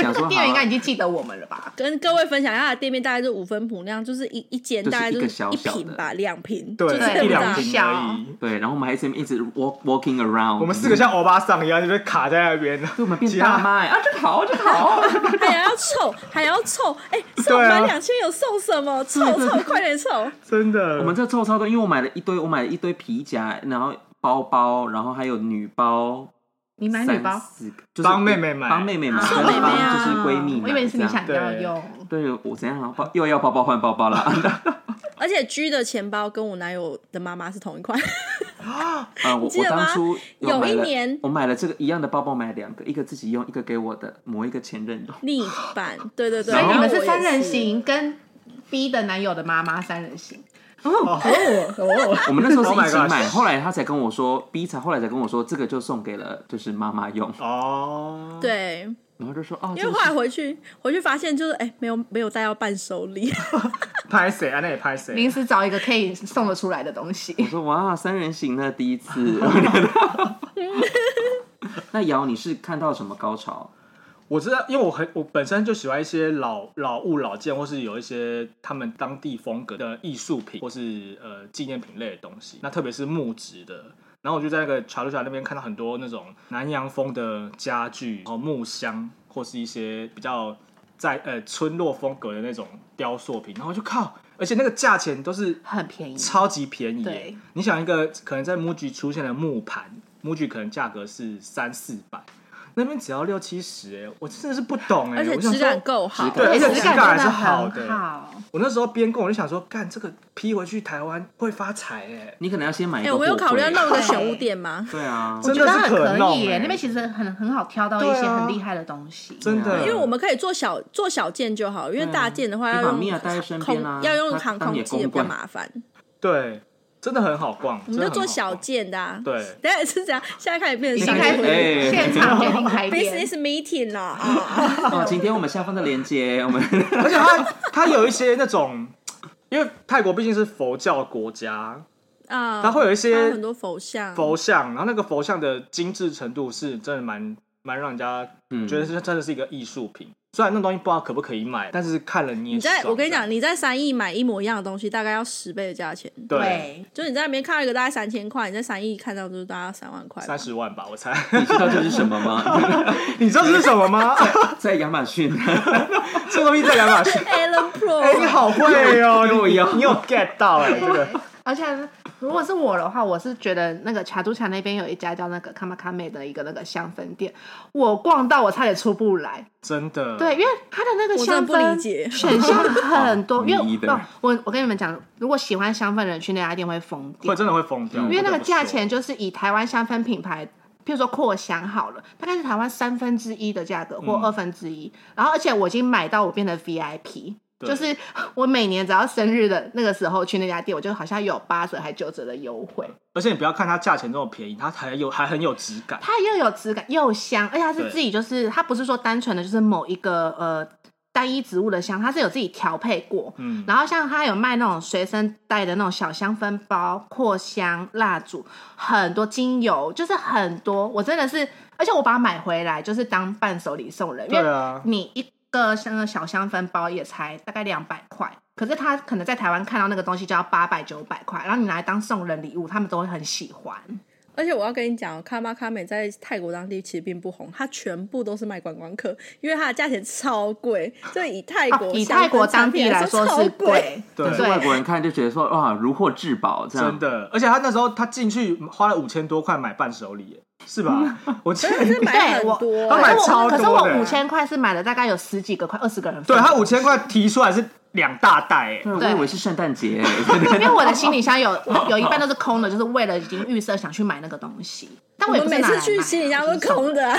[SPEAKER 3] 想说好
[SPEAKER 4] 店员应该已经记得我们了吧？
[SPEAKER 1] 跟各位分享一下，店面大概是五分谱那样，就是一一间
[SPEAKER 3] 就是
[SPEAKER 1] 大概
[SPEAKER 3] 一
[SPEAKER 1] 就
[SPEAKER 3] 个
[SPEAKER 1] 是
[SPEAKER 3] 小
[SPEAKER 1] 一
[SPEAKER 3] 小的
[SPEAKER 1] 瓶吧，两瓶，
[SPEAKER 2] 对，
[SPEAKER 1] 就是
[SPEAKER 4] 对
[SPEAKER 1] 这
[SPEAKER 2] 一两
[SPEAKER 1] 样啊
[SPEAKER 2] 瓶而已。
[SPEAKER 3] 对，然后我们还这么一直 walk walking around，嗯
[SPEAKER 2] 我们四个像欧巴桑一样，就是卡在那边。
[SPEAKER 3] 就我们变
[SPEAKER 2] 其他
[SPEAKER 3] 大妈哎啊，这个好这个好，
[SPEAKER 1] 还要凑，还要凑，哎、送
[SPEAKER 2] 对啊
[SPEAKER 1] 满两千有送什 么？凑凑，快点凑！
[SPEAKER 2] 真的，
[SPEAKER 3] 我们这凑超多，因为我买了一堆，我买了一堆皮夹，然后包包，然后还有女包，
[SPEAKER 4] 你买女
[SPEAKER 3] 三
[SPEAKER 4] 包，
[SPEAKER 3] 四个，就是
[SPEAKER 2] 帮妹妹买
[SPEAKER 3] 帮妹妹买，
[SPEAKER 1] 送妹妹啊
[SPEAKER 3] 就是闺蜜买，
[SPEAKER 4] 我以为是你
[SPEAKER 3] 这样
[SPEAKER 4] 想要
[SPEAKER 2] 对
[SPEAKER 4] 用。
[SPEAKER 3] 对，我怎样啊？包又要包包换包包了，啊
[SPEAKER 1] 而且 G 的钱包跟我男友的妈妈是同一款，
[SPEAKER 3] 啊，我
[SPEAKER 1] 记
[SPEAKER 3] 我
[SPEAKER 1] 得吗
[SPEAKER 3] 当初
[SPEAKER 1] 有
[SPEAKER 3] 买
[SPEAKER 1] 一
[SPEAKER 3] 了
[SPEAKER 1] 年
[SPEAKER 3] 我买了这个一样的包包，买了两个，一个自己用，一个给我的某一个前任用。
[SPEAKER 1] 另一半，对对对。
[SPEAKER 4] 所以
[SPEAKER 1] 然
[SPEAKER 4] 你
[SPEAKER 1] 后
[SPEAKER 4] 们
[SPEAKER 1] 我也
[SPEAKER 4] 是
[SPEAKER 1] 是
[SPEAKER 4] 三人，行，跟 B 的男友的妈妈三人行。
[SPEAKER 2] 哦
[SPEAKER 4] 哦，
[SPEAKER 3] 我们那时候是
[SPEAKER 2] Oh my
[SPEAKER 3] 一起
[SPEAKER 2] gosh
[SPEAKER 3] 买，后来他才跟我说，B 才后来才跟我说，这个就送给了就是妈妈用，
[SPEAKER 2] 哦，
[SPEAKER 1] 对，
[SPEAKER 3] 然后就说哦，
[SPEAKER 1] 因
[SPEAKER 3] 这
[SPEAKER 1] 为
[SPEAKER 3] 个
[SPEAKER 1] 后
[SPEAKER 3] 是
[SPEAKER 1] 来回去回去发现就是哎、没有没有带到伴手礼，
[SPEAKER 2] 拍谁啊？那也拍谁？
[SPEAKER 4] 临时找一个可以送得出来的东西。
[SPEAKER 3] 我说哇，三人行呢，第一次。 那瑶，你是看到什么高潮？
[SPEAKER 2] 我知道，因为我很我本身就喜欢一些老老物老件，或是有一些他们当地风格的艺术品，或是呃纪念品类的东西。那特别是木质的。然后我就在那个查鲁峡那边看到很多那种南洋风的家具，然后木箱，或是一些比较在呃村落风格的那种雕塑品。然后我就靠，而且那个价钱都是
[SPEAKER 4] 很便宜，
[SPEAKER 2] 超级便宜耶
[SPEAKER 4] 对！
[SPEAKER 2] 你想一个可能在 MUJI 出现的木盘，MUJI 可能价格是三四百，那边只要六七十，哎，我真的是不懂哎、
[SPEAKER 1] 而且
[SPEAKER 2] 我想
[SPEAKER 1] 质感
[SPEAKER 2] 说，
[SPEAKER 1] 够好，
[SPEAKER 2] 对而且质感
[SPEAKER 4] 感真
[SPEAKER 2] 还是好
[SPEAKER 4] 很
[SPEAKER 2] 的
[SPEAKER 4] 好。
[SPEAKER 2] 我那时候边逛我就想说，干这个批回去台湾会发财哎、
[SPEAKER 3] 你可能要先买一
[SPEAKER 1] 哎、
[SPEAKER 3] 个
[SPEAKER 1] 我们有
[SPEAKER 3] 货
[SPEAKER 1] 考虑要
[SPEAKER 3] 柜
[SPEAKER 1] 弄一个选物店吗？
[SPEAKER 3] 对啊，
[SPEAKER 2] 真
[SPEAKER 4] 我觉
[SPEAKER 2] 的
[SPEAKER 4] 得
[SPEAKER 2] 是
[SPEAKER 4] 很
[SPEAKER 2] 可弄
[SPEAKER 4] 可以耶，
[SPEAKER 2] 欸
[SPEAKER 4] 那边其实很很好挑到一些
[SPEAKER 2] 对啊
[SPEAKER 4] 很厉害的东西。
[SPEAKER 2] 真的，
[SPEAKER 3] 对啊
[SPEAKER 1] 因为我们可以做小做小件就好，因为大件的话
[SPEAKER 3] 你
[SPEAKER 1] 要
[SPEAKER 3] 啊把
[SPEAKER 1] 用
[SPEAKER 3] 米娅带在身
[SPEAKER 1] 空
[SPEAKER 3] 边啊
[SPEAKER 1] 要用
[SPEAKER 3] 她
[SPEAKER 1] 航
[SPEAKER 3] 当
[SPEAKER 1] 空
[SPEAKER 3] 你的
[SPEAKER 1] 机也
[SPEAKER 3] 公
[SPEAKER 1] 比较
[SPEAKER 3] 关
[SPEAKER 1] 麻烦，
[SPEAKER 2] 对，真的很好逛，
[SPEAKER 1] 我们
[SPEAKER 2] 真
[SPEAKER 1] 就
[SPEAKER 2] 的
[SPEAKER 1] 做
[SPEAKER 2] 很好
[SPEAKER 1] 小
[SPEAKER 2] 逛，
[SPEAKER 1] 件的、啊。
[SPEAKER 2] 对，
[SPEAKER 1] 等一下是这样，现在开始变
[SPEAKER 4] 已
[SPEAKER 1] 成
[SPEAKER 4] 经
[SPEAKER 1] 商业
[SPEAKER 4] 开
[SPEAKER 1] 会议
[SPEAKER 3] 哎
[SPEAKER 4] 始现场决定 开店，
[SPEAKER 1] business meeting 了啊，
[SPEAKER 3] 哦，请点我们下方的链接，我 们
[SPEAKER 2] 而且它它有一些那种，因为泰国毕竟是佛教国家，
[SPEAKER 1] 啊，
[SPEAKER 2] 它会有一
[SPEAKER 1] 它有
[SPEAKER 2] 些
[SPEAKER 1] 很多佛像，
[SPEAKER 2] 佛像，啊然后那个佛像的精致程度是真的蛮蛮让人家
[SPEAKER 3] 嗯
[SPEAKER 2] 觉得是真的是一个艺术品。虽然那东西不知道可不可以买，但是看了你也
[SPEAKER 1] 你在
[SPEAKER 2] 爽
[SPEAKER 1] 我跟你讲，，你在三亿买一模一样的东西，大概要十倍的价钱。
[SPEAKER 2] 对，，
[SPEAKER 1] 就是你在那边看到一个大概三千块，你在三亿看到就是大概三万块吧。
[SPEAKER 2] 三十万吧，我猜。
[SPEAKER 3] 你知道这是什么吗？
[SPEAKER 2] 你知道这是什么吗？
[SPEAKER 3] 在亚马逊，
[SPEAKER 2] 这东西在两百 逊。
[SPEAKER 1] Alan
[SPEAKER 2] 哎，你
[SPEAKER 1] Pro，
[SPEAKER 2] 好会 哦，
[SPEAKER 3] 跟我一样
[SPEAKER 2] 你你有 get 到哎，这 个
[SPEAKER 4] 而且如果是我的话，我是觉得那个卡都卡那边有一家叫那个卡玛卡美的一个那个香氛店，我逛到我差点出不来。
[SPEAKER 2] 真的
[SPEAKER 4] 对，因为它的那个
[SPEAKER 1] 我真的
[SPEAKER 4] 香
[SPEAKER 1] 不理
[SPEAKER 4] 氛
[SPEAKER 1] 解
[SPEAKER 4] 选项很多，因
[SPEAKER 3] 迷
[SPEAKER 4] 为
[SPEAKER 3] 的
[SPEAKER 4] 哦我我跟你们讲，如果喜欢香氛的人去那家店会疯掉
[SPEAKER 2] 会，真的会疯掉，
[SPEAKER 3] 因
[SPEAKER 4] 嗯因为
[SPEAKER 2] 不
[SPEAKER 4] 那
[SPEAKER 2] 得
[SPEAKER 4] 个
[SPEAKER 2] 不
[SPEAKER 4] 价
[SPEAKER 2] 说
[SPEAKER 4] 钱就是以台湾香氛品牌，譬如说扩香好了，大概是台湾三分之一的价格或
[SPEAKER 2] 嗯
[SPEAKER 4] 二分之一。然后而且我已经买到我变得 VIP，
[SPEAKER 2] 对
[SPEAKER 4] 就是 我每年只要生日的那个时候去那家店，我就好像有八折还九折的优惠。
[SPEAKER 2] 而且你不要看它价钱这么便宜，它还有还很有质感，
[SPEAKER 4] 它又有质感又香，而且它是
[SPEAKER 2] 对
[SPEAKER 4] 自己就是它不是说单纯的就是某一个呃单一植物的香，它是有自己调配过。
[SPEAKER 2] 嗯，
[SPEAKER 4] 然后像它有卖那种随身带的那种小香氛包、扩香、蜡烛，很多精油，就是很多。我真的是，而且我把它买回来就是当伴手礼送人，因
[SPEAKER 2] 对
[SPEAKER 4] 为
[SPEAKER 2] 啊，
[SPEAKER 4] 你一个像个小香氛包也才大概两百块，可是他可能在台湾看到那个东西就要八百九百块，然后你拿来当送人礼物，他们都会很喜欢。
[SPEAKER 1] 而且我要跟你讲哦，卡玛卡美在泰国当地其实并不红，它全部都是卖观光客，因为它的价钱超贵，所以以泰
[SPEAKER 4] 啊
[SPEAKER 1] 国、
[SPEAKER 4] 以泰国当地来说
[SPEAKER 1] 超
[SPEAKER 4] 是
[SPEAKER 1] 贵。
[SPEAKER 4] 贵，
[SPEAKER 2] 对
[SPEAKER 3] 但是外国人看就觉得说哇，如获至宝这
[SPEAKER 2] 真
[SPEAKER 3] 样。
[SPEAKER 2] 的。而且他那时候他进去花了五千多块买伴手礼耶，是吧？我记
[SPEAKER 1] 可是
[SPEAKER 2] 得。
[SPEAKER 1] 买
[SPEAKER 4] 对
[SPEAKER 1] 很
[SPEAKER 4] 我，
[SPEAKER 1] 多，欸
[SPEAKER 2] 他哦买
[SPEAKER 4] 可是
[SPEAKER 2] 超
[SPEAKER 4] 我
[SPEAKER 2] 多
[SPEAKER 4] 可
[SPEAKER 2] 的
[SPEAKER 4] 是我五千块是买了大概有十几个快二十个人份
[SPEAKER 2] 对他五千块提出来是两大袋，哎
[SPEAKER 1] 嗯
[SPEAKER 3] 对，我
[SPEAKER 4] 对
[SPEAKER 3] 以为是圣诞节，欸
[SPEAKER 4] 因为我的行李箱有有一半都是空的，就是为了已经预设想去买那个东西，但
[SPEAKER 1] 我
[SPEAKER 4] 也
[SPEAKER 1] 们
[SPEAKER 4] 不
[SPEAKER 1] 每
[SPEAKER 4] 是拿来
[SPEAKER 1] 次
[SPEAKER 4] 买啊
[SPEAKER 1] 去行李箱都。
[SPEAKER 4] 就是
[SPEAKER 1] 空的啊，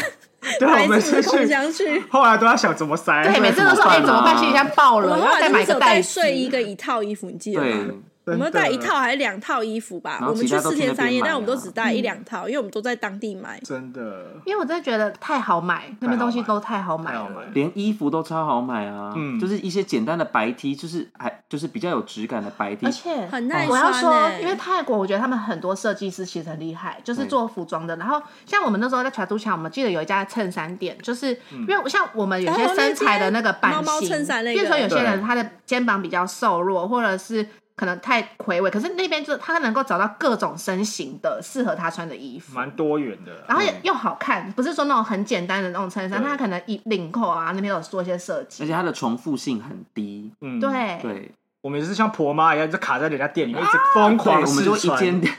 [SPEAKER 2] 对，
[SPEAKER 1] 买
[SPEAKER 2] 我
[SPEAKER 1] 一
[SPEAKER 2] 们
[SPEAKER 1] 次
[SPEAKER 2] 是
[SPEAKER 1] 是空
[SPEAKER 2] 去，
[SPEAKER 1] 箱去。
[SPEAKER 2] 后来都在想怎么塞，
[SPEAKER 4] 对，每次都说哎、
[SPEAKER 3] 怎么办啊
[SPEAKER 4] 怎么办？行李箱爆
[SPEAKER 1] 我
[SPEAKER 4] 了，
[SPEAKER 1] 们
[SPEAKER 4] 然
[SPEAKER 1] 后
[SPEAKER 4] 后
[SPEAKER 1] 来
[SPEAKER 4] 再
[SPEAKER 1] 就
[SPEAKER 4] 买
[SPEAKER 1] 是只
[SPEAKER 4] 个
[SPEAKER 1] 有带
[SPEAKER 4] 袋子。
[SPEAKER 1] 睡衣跟一套衣服，你记得吗？
[SPEAKER 3] 对，
[SPEAKER 1] 我们带一套还是两套衣服吧？
[SPEAKER 3] 然
[SPEAKER 1] 我
[SPEAKER 3] 后
[SPEAKER 1] 们
[SPEAKER 3] 其
[SPEAKER 1] 去
[SPEAKER 3] 他都
[SPEAKER 1] 四
[SPEAKER 3] 去
[SPEAKER 1] 天
[SPEAKER 3] 那
[SPEAKER 1] 三夜，
[SPEAKER 3] 边买
[SPEAKER 1] 但我们都
[SPEAKER 3] 啊
[SPEAKER 1] 只带一
[SPEAKER 4] 嗯
[SPEAKER 1] 两套，因为我们都在当地买。
[SPEAKER 2] 真的，
[SPEAKER 4] 因为我真的觉得太好买，那边东西
[SPEAKER 2] 太好
[SPEAKER 4] 都太好买
[SPEAKER 2] 太好
[SPEAKER 4] 了。
[SPEAKER 2] 买了。
[SPEAKER 3] 连衣服都超好买啊，
[SPEAKER 2] 嗯
[SPEAKER 3] 就是一些简单的白 T，就是还就是比较有质感的白 T，
[SPEAKER 4] 而且
[SPEAKER 2] 哦
[SPEAKER 1] 很耐
[SPEAKER 4] 我要
[SPEAKER 1] 穿
[SPEAKER 4] 说
[SPEAKER 1] 欸，
[SPEAKER 4] 因为泰国我觉得他们很多设计师其实很厉害，就是
[SPEAKER 3] 对
[SPEAKER 4] 做服装的。然后像我们那时候在全都强，我们记得有一家衬衫店，就是
[SPEAKER 2] 嗯
[SPEAKER 4] 因为像我们有些
[SPEAKER 1] 哦那
[SPEAKER 4] 身材的
[SPEAKER 1] 间
[SPEAKER 4] 那个版
[SPEAKER 1] 猫
[SPEAKER 4] 型，
[SPEAKER 1] 猫衬衫那个
[SPEAKER 4] 比如说有些人
[SPEAKER 2] 对
[SPEAKER 4] 他的肩膀比较瘦弱，或者是。可能太魁伟，可是那边就他能够找到各种身形的适合他穿的衣服，
[SPEAKER 2] 蛮多元的啦，
[SPEAKER 4] 然后也又好看，不是说那种很简单的那种衬衫，
[SPEAKER 2] 对
[SPEAKER 4] 他可能以领口啊那边有做一些设
[SPEAKER 3] 而
[SPEAKER 4] 计
[SPEAKER 3] 且，它的重复性很低。
[SPEAKER 2] 嗯，，
[SPEAKER 4] 对，
[SPEAKER 3] 对，
[SPEAKER 2] 我们也是像婆妈一样，就卡在人家店里面一直疯
[SPEAKER 3] 对，
[SPEAKER 2] 狂
[SPEAKER 3] 我们就
[SPEAKER 2] 试
[SPEAKER 3] 一
[SPEAKER 1] 啊
[SPEAKER 2] 穿。
[SPEAKER 3] 间店，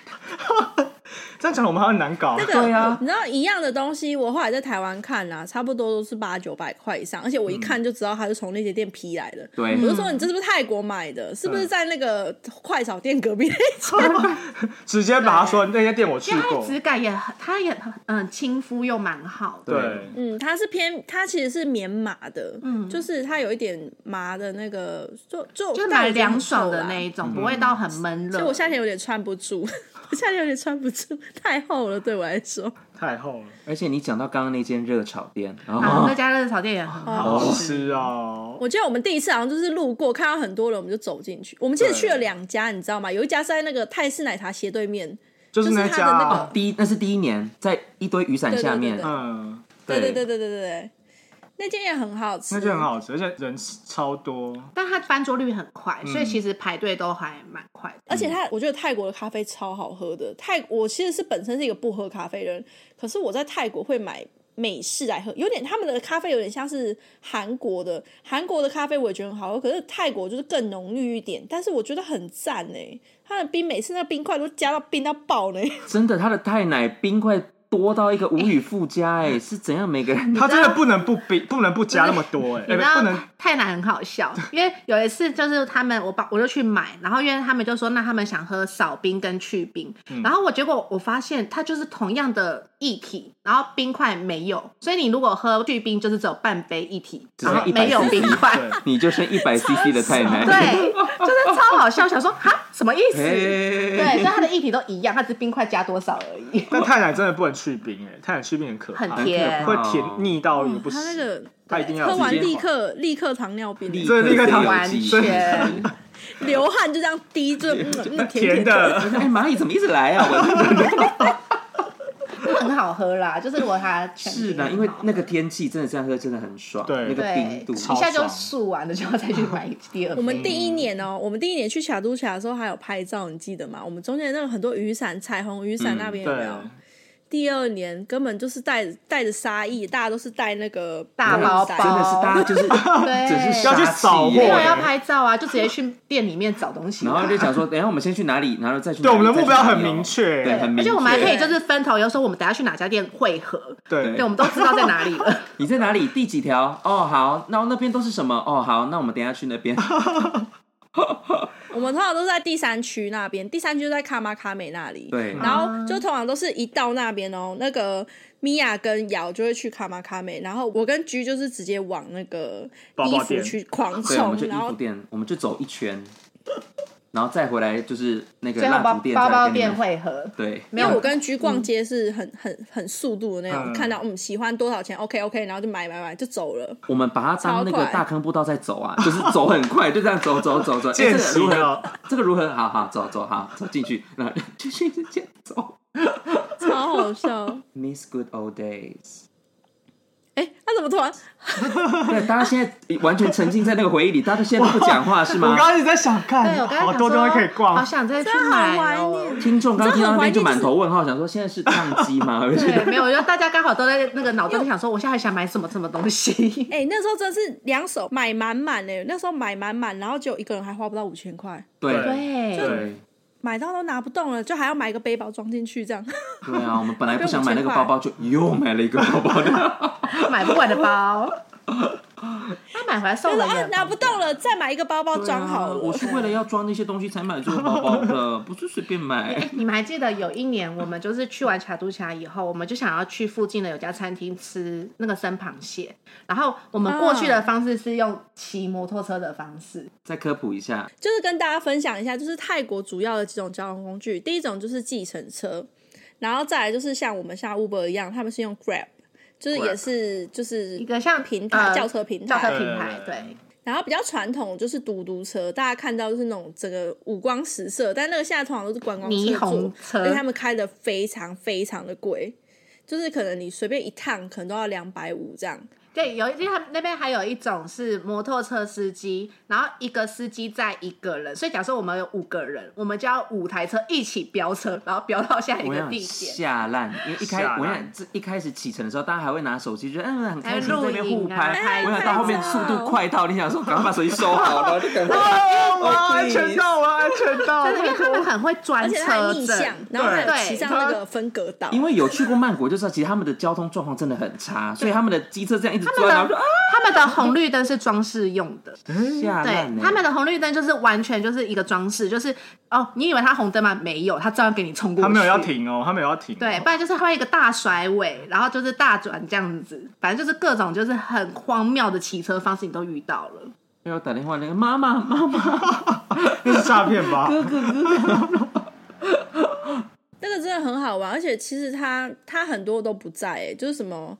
[SPEAKER 2] 这样讲我们好像很难搞
[SPEAKER 1] 那，个
[SPEAKER 3] 对啊
[SPEAKER 1] 你知道一样的东西，我后来在台湾看啦、差不多都是八九百块以上，而且
[SPEAKER 3] 嗯
[SPEAKER 1] 我一看就知道它是从那些店批来的。
[SPEAKER 3] 对
[SPEAKER 4] 嗯
[SPEAKER 1] 我就说你这是不是泰国买的？是不是
[SPEAKER 2] 嗯
[SPEAKER 1] 在那个快炒店隔壁那 家？
[SPEAKER 2] 直接把他说那家店我去
[SPEAKER 4] 因为它
[SPEAKER 2] 过
[SPEAKER 4] 的，质感也很，它也很嗯亲肤又蛮好的。
[SPEAKER 2] 对，
[SPEAKER 1] 嗯，它是偏，它其实是棉麻的，
[SPEAKER 4] 嗯
[SPEAKER 1] 就是它有一点麻的那个，就就
[SPEAKER 4] 就
[SPEAKER 1] 但我觉
[SPEAKER 4] 是蛮
[SPEAKER 1] 得
[SPEAKER 4] 凉
[SPEAKER 1] 很
[SPEAKER 4] 爽
[SPEAKER 1] 瘦
[SPEAKER 4] 的
[SPEAKER 1] 啦
[SPEAKER 4] 那一种，
[SPEAKER 2] 嗯
[SPEAKER 4] 不会到很闷热。
[SPEAKER 1] 所以我夏天有点穿不住， 我夏天有点穿不住，太厚了对我来说。
[SPEAKER 2] 太厚了，
[SPEAKER 3] 而且你讲到刚刚那间热炒店，然
[SPEAKER 4] 啊，
[SPEAKER 2] 哦
[SPEAKER 3] 后
[SPEAKER 4] 那家热炒店也很
[SPEAKER 2] 好
[SPEAKER 4] 好
[SPEAKER 2] 好
[SPEAKER 4] 吃。
[SPEAKER 2] 吃哦。
[SPEAKER 1] 我记得我们第一次好像就是路过，看到很多人，我们就走进去。我们其实
[SPEAKER 2] 对
[SPEAKER 1] 去了两家，你知道吗？有一家是在那个泰式奶茶斜对面，
[SPEAKER 2] 就是
[SPEAKER 1] 就是
[SPEAKER 2] 那
[SPEAKER 1] 它
[SPEAKER 2] 家
[SPEAKER 1] 的那
[SPEAKER 2] 啊，
[SPEAKER 1] 个
[SPEAKER 3] 第一那是第一年，在一堆雨伞下面
[SPEAKER 1] 对对对，
[SPEAKER 2] 嗯，
[SPEAKER 1] 对对对
[SPEAKER 3] 对
[SPEAKER 1] 对对对对，那间也很好吃，
[SPEAKER 2] 那就很。好吃，而且人超多，
[SPEAKER 4] 但它翻桌率很快，
[SPEAKER 2] 嗯
[SPEAKER 4] 所以其实排队都还蛮快的。
[SPEAKER 1] 而且它，我觉得泰国的咖啡超好喝的。泰，我其实是本身是一个不喝咖啡的人，可是我在泰国会买美式来喝，有点他们的咖啡有点像是韩国的，韩国的咖啡我也觉得很好喝，可是泰国就是更浓郁一点，但是我觉得很赞呢、它的冰美式那个冰块都加到冰到爆呢、
[SPEAKER 3] 真的它的泰奶冰块多到一个无语附加，哎，是怎样每个
[SPEAKER 4] 嗯
[SPEAKER 3] 人
[SPEAKER 2] 他真的不能不比，不能不加那么多，哎，
[SPEAKER 4] 你知
[SPEAKER 2] 哎
[SPEAKER 4] 道
[SPEAKER 2] 不能，
[SPEAKER 4] 泰奶很好 笑，因为有一次就是他们我把我就去买，然后因为他们就说那他们想喝少冰跟去冰，
[SPEAKER 2] 嗯
[SPEAKER 4] 然后我结果我发现它就是同样的液体，然后冰块没有，所以你如果喝去冰就是只有半杯一体，
[SPEAKER 3] 是
[SPEAKER 4] 然后啊没有
[SPEAKER 3] 100
[SPEAKER 4] 冰块，
[SPEAKER 2] 对，
[SPEAKER 3] 你就剩一百 CC 的泰奶，
[SPEAKER 4] 对，就是超好笑，想说哈什么意 思？
[SPEAKER 2] 哎
[SPEAKER 3] 嘿
[SPEAKER 4] 对，所以它的液体都一样，它只是冰块加多少而已。
[SPEAKER 2] 但太奶真的不能去冰，哎，太奶去冰很可怕，
[SPEAKER 4] 很
[SPEAKER 3] 哦
[SPEAKER 4] 甜
[SPEAKER 2] 会甜腻到 哦也不行
[SPEAKER 1] 它，哦那个
[SPEAKER 2] 它一定要
[SPEAKER 1] 喝完
[SPEAKER 2] 直接
[SPEAKER 1] 立刻立刻糖尿病、
[SPEAKER 3] 立
[SPEAKER 1] 欸，
[SPEAKER 2] 所以立刻
[SPEAKER 3] 刻
[SPEAKER 2] 糖
[SPEAKER 3] 有
[SPEAKER 4] 完
[SPEAKER 3] 记忆
[SPEAKER 4] 全
[SPEAKER 1] 流汗就这样滴， 就嗯嗯
[SPEAKER 2] 甜
[SPEAKER 1] 甜的。
[SPEAKER 2] 的，
[SPEAKER 3] 哎，蚂蚁怎么一直来啊？ 我
[SPEAKER 4] 很好喝啦，就是如果它全
[SPEAKER 3] 是
[SPEAKER 4] 冰
[SPEAKER 3] 的，因为那个天气真的这样喝真的很爽，
[SPEAKER 2] 对
[SPEAKER 3] 那个
[SPEAKER 4] 对
[SPEAKER 3] 冰度
[SPEAKER 4] 一
[SPEAKER 2] 超
[SPEAKER 4] 下就
[SPEAKER 2] 爽
[SPEAKER 4] 漱完了，就要再去买第二
[SPEAKER 1] 我
[SPEAKER 4] 杯。
[SPEAKER 1] 们第一年
[SPEAKER 3] 嗯
[SPEAKER 1] 哦、我们第一年去卡都卡的时候还有拍照，你记得吗？我们中间那个很多雨伞、彩虹雨
[SPEAKER 3] 嗯
[SPEAKER 1] 伞那边有没
[SPEAKER 2] 对
[SPEAKER 1] 有？，第二年根本就是带带着沙溢，大家都是带那个
[SPEAKER 4] 大包
[SPEAKER 1] 伞
[SPEAKER 4] 包
[SPEAKER 3] 真的是大家就是
[SPEAKER 4] 对
[SPEAKER 3] 只是
[SPEAKER 2] 要去
[SPEAKER 3] 傻气
[SPEAKER 2] 扫货
[SPEAKER 3] 耶
[SPEAKER 4] 没有要拍照啊，就直接去店里面找东西。
[SPEAKER 3] 然后就想说，等一下我们先去哪里，然后再去哪
[SPEAKER 2] 对，
[SPEAKER 3] 里。
[SPEAKER 2] 我们的目标
[SPEAKER 3] 再去哪
[SPEAKER 2] 很
[SPEAKER 3] 里哦
[SPEAKER 2] 明，确，
[SPEAKER 3] 对，很明确。
[SPEAKER 4] 而且我们还可以
[SPEAKER 1] 对
[SPEAKER 4] 就是分头，有时候我们等下去哪家店汇合，
[SPEAKER 2] 对
[SPEAKER 4] 对，我们都知道在哪里 了。
[SPEAKER 3] 你在哪里？第几条？哦，好，那那边都是什么？哦，好，那我们等一下去那 边。
[SPEAKER 1] 我们通常都是在第三区那边，第三区就在卡玛卡美那里。
[SPEAKER 3] 对
[SPEAKER 1] 然
[SPEAKER 4] 啊
[SPEAKER 1] 后就通常都是一到那边哦，那个米娅跟瑶就会去卡玛卡美，然后我跟居就是直接往那个
[SPEAKER 2] 包
[SPEAKER 1] 衣
[SPEAKER 2] 包
[SPEAKER 1] 服
[SPEAKER 2] 店
[SPEAKER 1] 去狂
[SPEAKER 3] 对，我
[SPEAKER 1] 冲
[SPEAKER 3] 们就，衣
[SPEAKER 1] 然
[SPEAKER 3] 服
[SPEAKER 1] 后
[SPEAKER 3] 店，我们就走一圈，然后再回来就是那个
[SPEAKER 4] 最后
[SPEAKER 3] 蜡
[SPEAKER 4] 包
[SPEAKER 3] 烛店，
[SPEAKER 4] 包包
[SPEAKER 3] 再来跟
[SPEAKER 4] 店
[SPEAKER 3] 你们
[SPEAKER 4] 汇合，
[SPEAKER 3] 对，
[SPEAKER 4] 没
[SPEAKER 1] 因
[SPEAKER 4] 有
[SPEAKER 1] 为我跟居逛街是很、很很速度的那种，
[SPEAKER 2] 嗯
[SPEAKER 1] 看到嗯喜欢多少钱，OK OK，然后就买买买就走了。
[SPEAKER 3] 我们把它当
[SPEAKER 1] 超
[SPEAKER 3] 那个
[SPEAKER 1] 快
[SPEAKER 3] 大坑步道在走啊，就是走很快，就这样走走走走。哎
[SPEAKER 2] 践
[SPEAKER 3] 这个如
[SPEAKER 2] 行
[SPEAKER 3] 何？
[SPEAKER 2] 了，
[SPEAKER 3] 这个如何？好好走走好走进去，然后继续就这样走。
[SPEAKER 1] 超好 笑！
[SPEAKER 3] Miss good old days。
[SPEAKER 1] 哎、他怎么突然？
[SPEAKER 3] 对，大家现在完全沉浸在那个回忆里，大家现在都不讲话是
[SPEAKER 2] 我
[SPEAKER 3] 吗
[SPEAKER 2] 刚？刚一直在想看
[SPEAKER 4] 对，我，刚刚
[SPEAKER 2] 哎好
[SPEAKER 4] 想
[SPEAKER 2] 多地
[SPEAKER 4] 说
[SPEAKER 2] 方可以逛
[SPEAKER 4] 好，想再去
[SPEAKER 1] 真的好
[SPEAKER 4] 买
[SPEAKER 1] 怀
[SPEAKER 4] 哦
[SPEAKER 1] 念。
[SPEAKER 3] 听众刚听到那边就满头问号，想说现在是宕机吗？而
[SPEAKER 4] 对，
[SPEAKER 3] 且
[SPEAKER 4] 没有，就大家刚好都在那个脑袋想说，我现在还想买什么什么东西。
[SPEAKER 1] 哎、那时候真是两手买满满哎，那时候买满满，然后就一个人还花不到五千块，
[SPEAKER 3] 对
[SPEAKER 4] 对，
[SPEAKER 2] 对
[SPEAKER 3] 对
[SPEAKER 1] 买到都拿不动了，就还要买一个背包装进去这样。
[SPEAKER 3] 对啊，我们本来不想买那个包包，就又买了一个包包。
[SPEAKER 4] 买不完的包。他买回来
[SPEAKER 1] 就
[SPEAKER 4] 送
[SPEAKER 1] 是
[SPEAKER 4] 了
[SPEAKER 1] 啊
[SPEAKER 4] 人，
[SPEAKER 1] 拿不动了，再买一个包包
[SPEAKER 3] 对
[SPEAKER 1] 装好
[SPEAKER 3] 啊
[SPEAKER 1] 了。
[SPEAKER 3] 我是为了要装那些东西才买这个包包的，不是随便
[SPEAKER 4] 哎
[SPEAKER 3] 买。
[SPEAKER 4] 你们还记得有一年，我们就是去完卡都卡以后，我们就想要去附近的有家餐厅吃那个生螃蟹。然后我们过去的方式是用骑摩托车的方式，
[SPEAKER 3] 再科普一下，
[SPEAKER 1] 就是跟大家分享一下，就是泰国主要的几种交通工具，第一种就是计程车，然后再来就是像我们像 Uber 一样，他们是用 Grab，就是也是就是
[SPEAKER 4] 一个像
[SPEAKER 1] 平
[SPEAKER 4] 呃
[SPEAKER 1] 台啊轿车平
[SPEAKER 4] 轿车
[SPEAKER 1] 台，
[SPEAKER 4] 品牌
[SPEAKER 2] 对
[SPEAKER 4] 对。
[SPEAKER 1] 然后比较传统就是嘟嘟车，大家看到就是那种整个五光十色，但那个现在通常都是观光
[SPEAKER 4] 霓
[SPEAKER 1] 车
[SPEAKER 4] 虹
[SPEAKER 1] 做，
[SPEAKER 4] 车
[SPEAKER 1] 而且他们开的非常非常的贵，就是可能你随便一趟可能都要两百五这样。
[SPEAKER 4] 对，有一因为他们那边还有一种是摩托车司机，然后一个司机载一个人，所以假设我们有五个人，我们就要五台车一起飙车，然后飙到下一
[SPEAKER 3] 我
[SPEAKER 4] 个
[SPEAKER 3] 想
[SPEAKER 4] 地点。
[SPEAKER 3] 下烂，因为一开
[SPEAKER 2] 下烂
[SPEAKER 3] 我想这一开始启程的时候，大家还会拿手机，觉得嗯很开心，
[SPEAKER 4] 还
[SPEAKER 3] 在
[SPEAKER 4] 有
[SPEAKER 3] 那
[SPEAKER 4] 录
[SPEAKER 3] 边
[SPEAKER 4] 影
[SPEAKER 3] 互
[SPEAKER 4] 啊拍
[SPEAKER 3] 拍。我想
[SPEAKER 4] 照
[SPEAKER 3] 到后面速度快到，你想说赶快把手机收好，然后就赶快。
[SPEAKER 2] 啊我要安
[SPEAKER 3] please
[SPEAKER 2] 全到，我要安全
[SPEAKER 1] 哦
[SPEAKER 2] 到，
[SPEAKER 4] 真的，因为他们很会
[SPEAKER 1] 而
[SPEAKER 4] 专
[SPEAKER 1] 且它
[SPEAKER 4] 车
[SPEAKER 1] 还逆
[SPEAKER 4] 阵
[SPEAKER 1] 向，，然后还有
[SPEAKER 4] 对
[SPEAKER 1] 骑上
[SPEAKER 4] 它
[SPEAKER 1] 那个分隔岛，
[SPEAKER 3] 因为有去过曼谷，就知道其实他们的交通状况真的很差，所以他们的机车这样一直
[SPEAKER 4] 他
[SPEAKER 3] 转，然后
[SPEAKER 4] 们
[SPEAKER 3] 就
[SPEAKER 4] 的
[SPEAKER 3] 啊
[SPEAKER 4] 他们的红绿灯是装饰用的，
[SPEAKER 3] 下烂
[SPEAKER 4] 对，
[SPEAKER 3] 欸。
[SPEAKER 4] 他们的红绿灯就是完全就是一个装饰，就是哦，你以为它红灯吗？没有，它照样给你冲过去。
[SPEAKER 2] 他没有要。停哦，他没有要停哦，
[SPEAKER 4] 对，不然就是它会一个大甩尾，然后就是大转这样子，反正就是各种就是很荒谬的骑车方式，你都遇到了。
[SPEAKER 3] 因为我打电话那个妈妈妈妈，
[SPEAKER 2] 那是诈骗吧？
[SPEAKER 1] 那个真的很好玩，而且其实它它很多都不在、欸，就是什么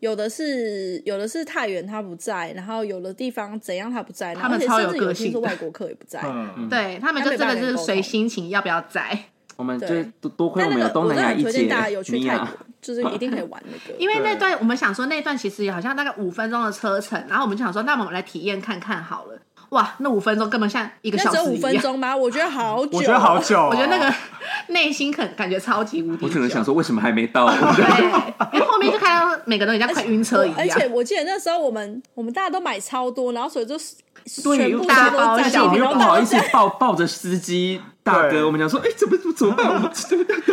[SPEAKER 1] 有的是有的是太原它不在，然后有的地方怎样它不在，然
[SPEAKER 4] 他
[SPEAKER 1] 后
[SPEAKER 4] 们
[SPEAKER 1] 而且
[SPEAKER 4] 超
[SPEAKER 1] 甚至
[SPEAKER 4] 有
[SPEAKER 1] 有
[SPEAKER 4] 个
[SPEAKER 1] 些是
[SPEAKER 4] 性的
[SPEAKER 1] 外国客也不在。
[SPEAKER 2] 嗯，
[SPEAKER 4] 对他们就真的就是随心情要不要载，
[SPEAKER 3] 我们就
[SPEAKER 1] 对
[SPEAKER 3] 多多亏
[SPEAKER 1] 但那
[SPEAKER 3] 我们有
[SPEAKER 1] 个
[SPEAKER 3] 东
[SPEAKER 1] 我
[SPEAKER 3] 南
[SPEAKER 1] 真的
[SPEAKER 3] 亚
[SPEAKER 1] 很
[SPEAKER 3] 一
[SPEAKER 1] 推
[SPEAKER 3] 姐
[SPEAKER 1] 荐大家有去
[SPEAKER 3] 米
[SPEAKER 1] 泰
[SPEAKER 3] 娅
[SPEAKER 1] 国，就是一定可以玩那个。
[SPEAKER 4] 因为那段我们想说那段其实好像大概五分钟的车程，然后我们就想说，那我们来体验看看好了。哇，那五分钟根本像一个
[SPEAKER 1] 那
[SPEAKER 4] 小
[SPEAKER 1] 只
[SPEAKER 4] 时
[SPEAKER 1] 有五
[SPEAKER 4] 一
[SPEAKER 1] 分
[SPEAKER 4] 样，
[SPEAKER 1] 钟吧，我觉得好久哦，
[SPEAKER 2] 我觉得好久哦，
[SPEAKER 4] 我觉得那个 内心肯感觉超级无敌久。
[SPEAKER 3] 我可能想说为什么还没 到？
[SPEAKER 4] 对，因为后面就看到每个人像快晕车一
[SPEAKER 1] 而
[SPEAKER 4] 样
[SPEAKER 1] 且。我记得那时候我们我们大家都买超多，然后所以就是
[SPEAKER 3] 对，
[SPEAKER 1] 全
[SPEAKER 3] 又
[SPEAKER 1] 部
[SPEAKER 4] 大
[SPEAKER 1] 都
[SPEAKER 4] 包
[SPEAKER 1] 在
[SPEAKER 4] 小
[SPEAKER 1] 那
[SPEAKER 3] 我
[SPEAKER 1] 边
[SPEAKER 3] 又
[SPEAKER 1] 然后
[SPEAKER 3] 不
[SPEAKER 1] 大
[SPEAKER 3] 好
[SPEAKER 1] 家
[SPEAKER 3] 意
[SPEAKER 1] 都
[SPEAKER 3] 思抱抱着司机大
[SPEAKER 2] 对
[SPEAKER 3] 哥，我们讲说，哎，怎么怎么办？我们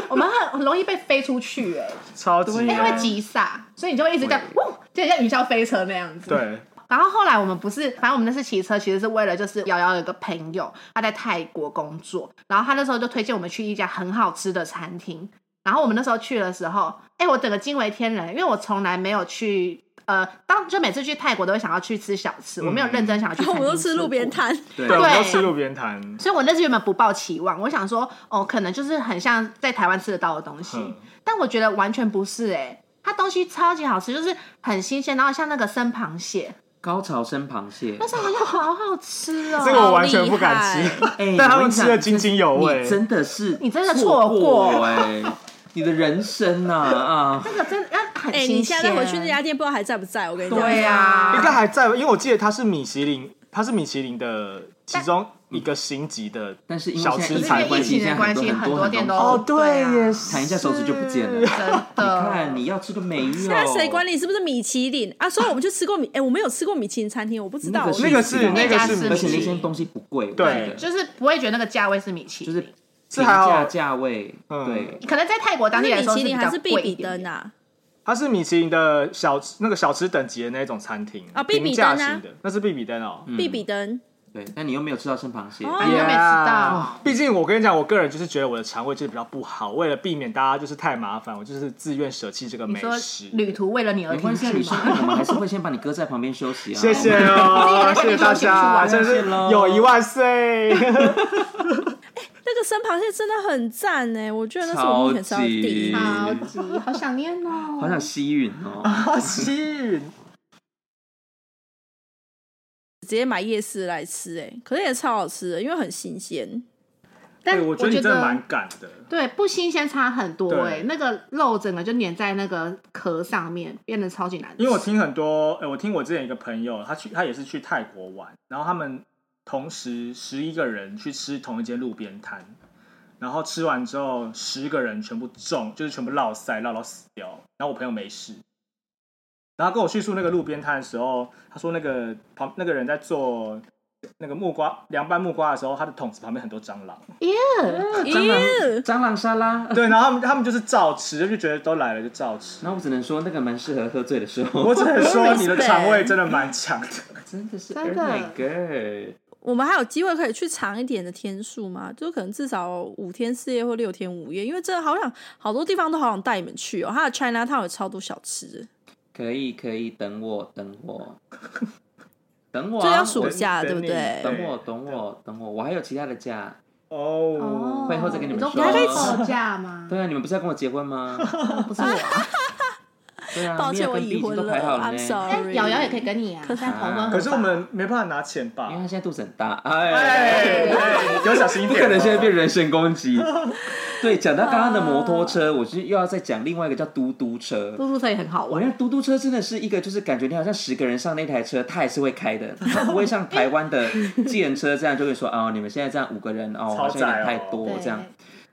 [SPEAKER 4] 我们很很容易被飞出去、哎，
[SPEAKER 2] 超级
[SPEAKER 4] 因为它会急刹，所以你就会一直这样，呜，就很像云霄飞车那样子。。
[SPEAKER 2] 对，
[SPEAKER 4] 啊然后后来我们不是，反正我们那次骑车其实是为了就是瑶瑶有个朋友，他在泰国工作，然后他那时候就推荐我们去一家很好吃的餐厅。然后我们那时候去的时候，哎，我整个惊为天人，因为我从来没有去。呃，当就每次去泰国都会想要去吃小吃，我没有认真想要去
[SPEAKER 1] 然后 我
[SPEAKER 4] 餐 厅过。
[SPEAKER 1] 们都吃路边摊，
[SPEAKER 3] 对
[SPEAKER 2] 对，我们
[SPEAKER 4] 对
[SPEAKER 2] 都吃路边摊，
[SPEAKER 4] 所以我那次原本不抱期望，我想说，哦，可能就是很像在台湾吃得到的东西，
[SPEAKER 2] 嗯
[SPEAKER 4] 但我觉得完全不是哎、它东西超级好吃，就是很新鲜，然后像那个生螃蟹，
[SPEAKER 3] 高潮生螃蟹，
[SPEAKER 4] 但是好像好好吃哦、
[SPEAKER 2] 这个我完全不敢吃
[SPEAKER 1] 好厉害，
[SPEAKER 3] 哎
[SPEAKER 2] 但他
[SPEAKER 3] 我
[SPEAKER 2] 们
[SPEAKER 3] 跟你
[SPEAKER 2] 吃
[SPEAKER 3] 讲
[SPEAKER 2] 的津津有
[SPEAKER 3] 你
[SPEAKER 2] 味，
[SPEAKER 3] 真的是
[SPEAKER 4] 你真的
[SPEAKER 3] 错
[SPEAKER 4] 错过
[SPEAKER 3] 哎，你的人生 呐啊，
[SPEAKER 4] 那个真的那很
[SPEAKER 1] 哎、
[SPEAKER 4] 新鲜。
[SPEAKER 1] 你现在回去那家店不知道还在不在？我跟你讲，
[SPEAKER 4] 对啊，
[SPEAKER 2] 应该还在吧？因为我记得它是米其林，它是米其林的其中一个星级的
[SPEAKER 3] 但是因为
[SPEAKER 2] 小吃
[SPEAKER 3] 现在疫
[SPEAKER 4] 因
[SPEAKER 3] 情
[SPEAKER 2] 才
[SPEAKER 4] 为
[SPEAKER 3] 的关
[SPEAKER 4] 疫
[SPEAKER 3] 系，
[SPEAKER 4] 情的
[SPEAKER 3] 现
[SPEAKER 4] 关
[SPEAKER 3] 在
[SPEAKER 4] 系，
[SPEAKER 3] 很
[SPEAKER 4] 很
[SPEAKER 3] 多
[SPEAKER 4] 店
[SPEAKER 3] 很
[SPEAKER 4] 都
[SPEAKER 2] 哦对
[SPEAKER 4] 啊
[SPEAKER 2] 也是
[SPEAKER 3] 弹一下手指就不见了。
[SPEAKER 4] 真的。
[SPEAKER 3] 你看，你要吃个没有？
[SPEAKER 1] 现在谁管你是不是米其林啊？所以我们去吃过米，哎、 我没有吃过米其林餐厅，我不知道。
[SPEAKER 2] 那个是
[SPEAKER 4] 那个是
[SPEAKER 3] 而
[SPEAKER 4] 米
[SPEAKER 3] 且
[SPEAKER 4] 其
[SPEAKER 3] 那
[SPEAKER 4] 林
[SPEAKER 3] 些东西不贵，
[SPEAKER 2] 对
[SPEAKER 3] 我觉得
[SPEAKER 4] 就是不会觉得那个价位是米其
[SPEAKER 3] 就
[SPEAKER 4] 林，
[SPEAKER 3] 是
[SPEAKER 2] 是
[SPEAKER 3] 平
[SPEAKER 2] 还好
[SPEAKER 3] 价价位，
[SPEAKER 2] 嗯
[SPEAKER 3] 对，
[SPEAKER 4] 可能在泰国当地
[SPEAKER 1] 是
[SPEAKER 4] 来
[SPEAKER 1] 米
[SPEAKER 4] 说
[SPEAKER 1] 其
[SPEAKER 4] 比
[SPEAKER 1] 林还
[SPEAKER 4] 较
[SPEAKER 1] 是
[SPEAKER 4] 贵
[SPEAKER 1] 必比
[SPEAKER 4] 一点
[SPEAKER 1] 登
[SPEAKER 4] 点。
[SPEAKER 1] 啊？
[SPEAKER 2] 它是米其林的小吃那个小吃等级的那种餐厅
[SPEAKER 1] 啊必比
[SPEAKER 2] 平价
[SPEAKER 1] 登啊
[SPEAKER 2] 型的，那是必比登哦。
[SPEAKER 4] 嗯
[SPEAKER 1] 必比登，
[SPEAKER 3] 对，但你又没有吃到生螃蟹，
[SPEAKER 1] 哦
[SPEAKER 4] 反正就没吃到
[SPEAKER 2] Yeah，毕竟我跟你讲，我个人就是觉得我的肠胃就是比较不好，为了避免大家就是太麻烦，我就是自愿舍弃这个
[SPEAKER 4] 你
[SPEAKER 2] 美
[SPEAKER 4] 说
[SPEAKER 2] 食。
[SPEAKER 4] 旅途为了你而
[SPEAKER 3] 没关
[SPEAKER 4] 停
[SPEAKER 3] 系啊，
[SPEAKER 4] 止
[SPEAKER 3] 女生，
[SPEAKER 4] 吗？
[SPEAKER 3] 哎我们还是会先把你搁在旁边休息啊。
[SPEAKER 2] 谢谢哦，谢谢大家，真是友谊万岁！
[SPEAKER 1] 那个生螃蟹真的很赞哎、我觉得那是我
[SPEAKER 3] 超
[SPEAKER 1] 目前吃到的第一
[SPEAKER 3] 级
[SPEAKER 1] 名。
[SPEAKER 4] 好急，好想念哦。
[SPEAKER 3] 好想吸吮 哦。
[SPEAKER 2] 好幸
[SPEAKER 1] 直接买夜市来吃哎、可是也超好吃的，因为很新鲜。
[SPEAKER 4] 但
[SPEAKER 2] 我觉得你真的蛮敢的，
[SPEAKER 4] 对，不新鲜差很多
[SPEAKER 2] 对
[SPEAKER 4] 哎、那个肉整个就粘在那个壳上面，变得超级难吃。
[SPEAKER 2] 因为我听很多，呃，我听我之前一个朋友，他去他也是去泰国玩，然后他们同时十一个人去吃同一间路边摊，然后吃完之后十个人全部中，就是全部落塞，落到死掉。然后我朋友没事，然后跟我叙述那个路边摊的时候，他说那个旁那个人在做那个木瓜凉拌木瓜的时候，它的桶子旁边很多蟑螂。
[SPEAKER 3] 蟑螂
[SPEAKER 1] 咦
[SPEAKER 3] 蟑螂沙拉。
[SPEAKER 2] 对，然后他们他们就是照吃，就觉得都来了就照 吃。
[SPEAKER 3] 然后我只能说，那个蛮适合喝醉的时候
[SPEAKER 2] 我，只能说你的
[SPEAKER 1] Respect
[SPEAKER 2] 肠胃真的蛮强的。
[SPEAKER 3] 真的是 Oh
[SPEAKER 4] 真的
[SPEAKER 3] my God！
[SPEAKER 1] 我们还有机会可以去长一点的天数吗？就可能至少五天四夜或六天五夜，因为真的好想好多地方都好想带你们去哦。它的 China Town 有超多小吃的，
[SPEAKER 3] 可以可以，等我等 我等我
[SPEAKER 1] 这
[SPEAKER 3] 啊，
[SPEAKER 1] 要暑
[SPEAKER 3] 我
[SPEAKER 1] 假对不对？
[SPEAKER 3] 等我等我等我，我还有其他的假。
[SPEAKER 2] 哦，
[SPEAKER 3] 会后再跟你们
[SPEAKER 4] 说。
[SPEAKER 3] 说
[SPEAKER 4] 你还可以吵 架吗？
[SPEAKER 3] 对啊，你们不是要跟我结婚吗？
[SPEAKER 4] 不是我啊，
[SPEAKER 3] 对 啊，
[SPEAKER 1] 抱歉，
[SPEAKER 3] Mia
[SPEAKER 1] 我
[SPEAKER 3] 跟 B 已
[SPEAKER 1] 已
[SPEAKER 3] 经
[SPEAKER 1] 婚
[SPEAKER 3] 都
[SPEAKER 1] 了
[SPEAKER 3] 排好了
[SPEAKER 1] ，I'm
[SPEAKER 3] 呢。
[SPEAKER 1] sorry。
[SPEAKER 4] 但哎瑶瑶也可以跟你啊，现在同婚合法
[SPEAKER 2] 可是我们没办法拿钱吧
[SPEAKER 3] 因为？他现在肚子很大，
[SPEAKER 2] 哎，
[SPEAKER 3] 哎，
[SPEAKER 2] 对有小心一
[SPEAKER 3] 不
[SPEAKER 2] 点哦。
[SPEAKER 3] 可能现在变人身攻击。 对，讲到刚刚的摩托
[SPEAKER 1] 啊
[SPEAKER 3] 车，我是又要再讲另外一个叫嘟嘟车。
[SPEAKER 4] 嘟嘟车也很好
[SPEAKER 3] 我
[SPEAKER 4] 玩
[SPEAKER 3] 那。嘟嘟车真的是一个，就是感觉你好像十个人上那台车，他也是会开的，他不会像台湾的计程车这样就会说哦，你们现在这样五个人哦，
[SPEAKER 2] 超
[SPEAKER 3] 好像有点
[SPEAKER 2] 载
[SPEAKER 3] 太
[SPEAKER 2] 哦
[SPEAKER 3] 多这样。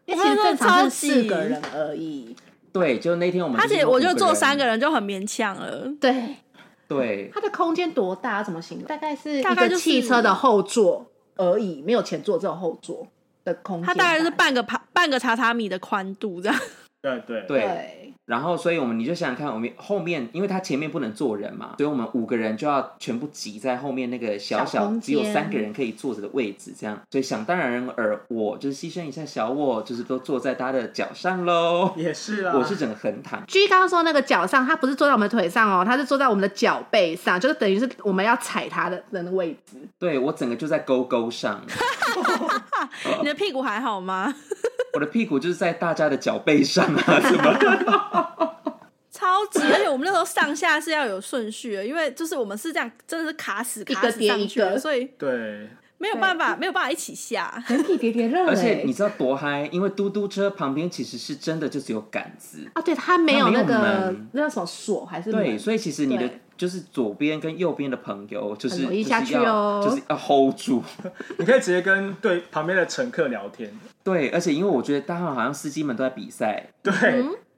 [SPEAKER 4] 因为
[SPEAKER 1] 我
[SPEAKER 4] 其实
[SPEAKER 1] 看
[SPEAKER 4] 正
[SPEAKER 1] 到
[SPEAKER 4] 常
[SPEAKER 1] 超
[SPEAKER 4] 是四
[SPEAKER 1] 级
[SPEAKER 4] 个人而已。
[SPEAKER 3] 对，就那天我们，
[SPEAKER 1] 而且我觉得坐三个，人就很勉强了。
[SPEAKER 4] 对，
[SPEAKER 3] 对，
[SPEAKER 4] 它的空间多大？怎么形容？大概是一
[SPEAKER 1] 大概
[SPEAKER 4] 个
[SPEAKER 1] 就是
[SPEAKER 4] 汽车的后座而已，没有前座，只有后座的空间。
[SPEAKER 1] 它大概是半个盘半个榻榻米的宽度 这样。
[SPEAKER 2] 对对对，
[SPEAKER 3] 对，
[SPEAKER 4] 对，
[SPEAKER 3] 然后，所以我们你就想想看，我们后面，因为它前面不能坐人嘛，所以我们五个人就要全部挤在后面那个小
[SPEAKER 4] 小
[SPEAKER 3] 小
[SPEAKER 4] 空间
[SPEAKER 3] 只有三个人可以坐着的位置，这样，所以想当然而我就是牺牲一下小我，就是都坐在他的脚上喽。
[SPEAKER 2] 也 是啊。
[SPEAKER 3] 我是整个横躺，
[SPEAKER 4] G 刚刚说那个脚上，它不是坐在我们腿上哦，它是坐在我们的脚背上，就是等于是我们要踩它的人的位置。
[SPEAKER 3] 对我整个就在沟沟上，
[SPEAKER 1] 你的屁股还好吗？
[SPEAKER 3] 我的屁股就是在大家的脚背上啊，怎么？
[SPEAKER 1] 超级！而且我们那时候上下是要有顺序的，因为就是我们是这样，真的是卡死
[SPEAKER 4] 一个
[SPEAKER 1] 卡死
[SPEAKER 4] 叠
[SPEAKER 1] 上
[SPEAKER 4] 一
[SPEAKER 1] 去的，
[SPEAKER 4] 个
[SPEAKER 1] 所以
[SPEAKER 2] 对，
[SPEAKER 1] 没有办法，没有办法一起下。
[SPEAKER 4] 人体叠叠热
[SPEAKER 3] 而且你知道多嗨，因为嘟嘟车旁边其实是真的就只有杆子，
[SPEAKER 4] 啊，对，它没有
[SPEAKER 3] 它
[SPEAKER 4] 那
[SPEAKER 3] 没有
[SPEAKER 4] 个
[SPEAKER 3] 门
[SPEAKER 4] 那叫什么锁还是
[SPEAKER 3] 对，
[SPEAKER 4] 门？
[SPEAKER 3] 所以其实你的
[SPEAKER 4] 对
[SPEAKER 3] 就是左边跟右边的朋友，就是
[SPEAKER 4] 很容易下去哦
[SPEAKER 3] 就是要就是要 hold 住。
[SPEAKER 2] 你可以直接跟对旁边的乘客聊天。
[SPEAKER 3] 对，而且因为我觉得大家好像司机们都在比赛，
[SPEAKER 2] 对，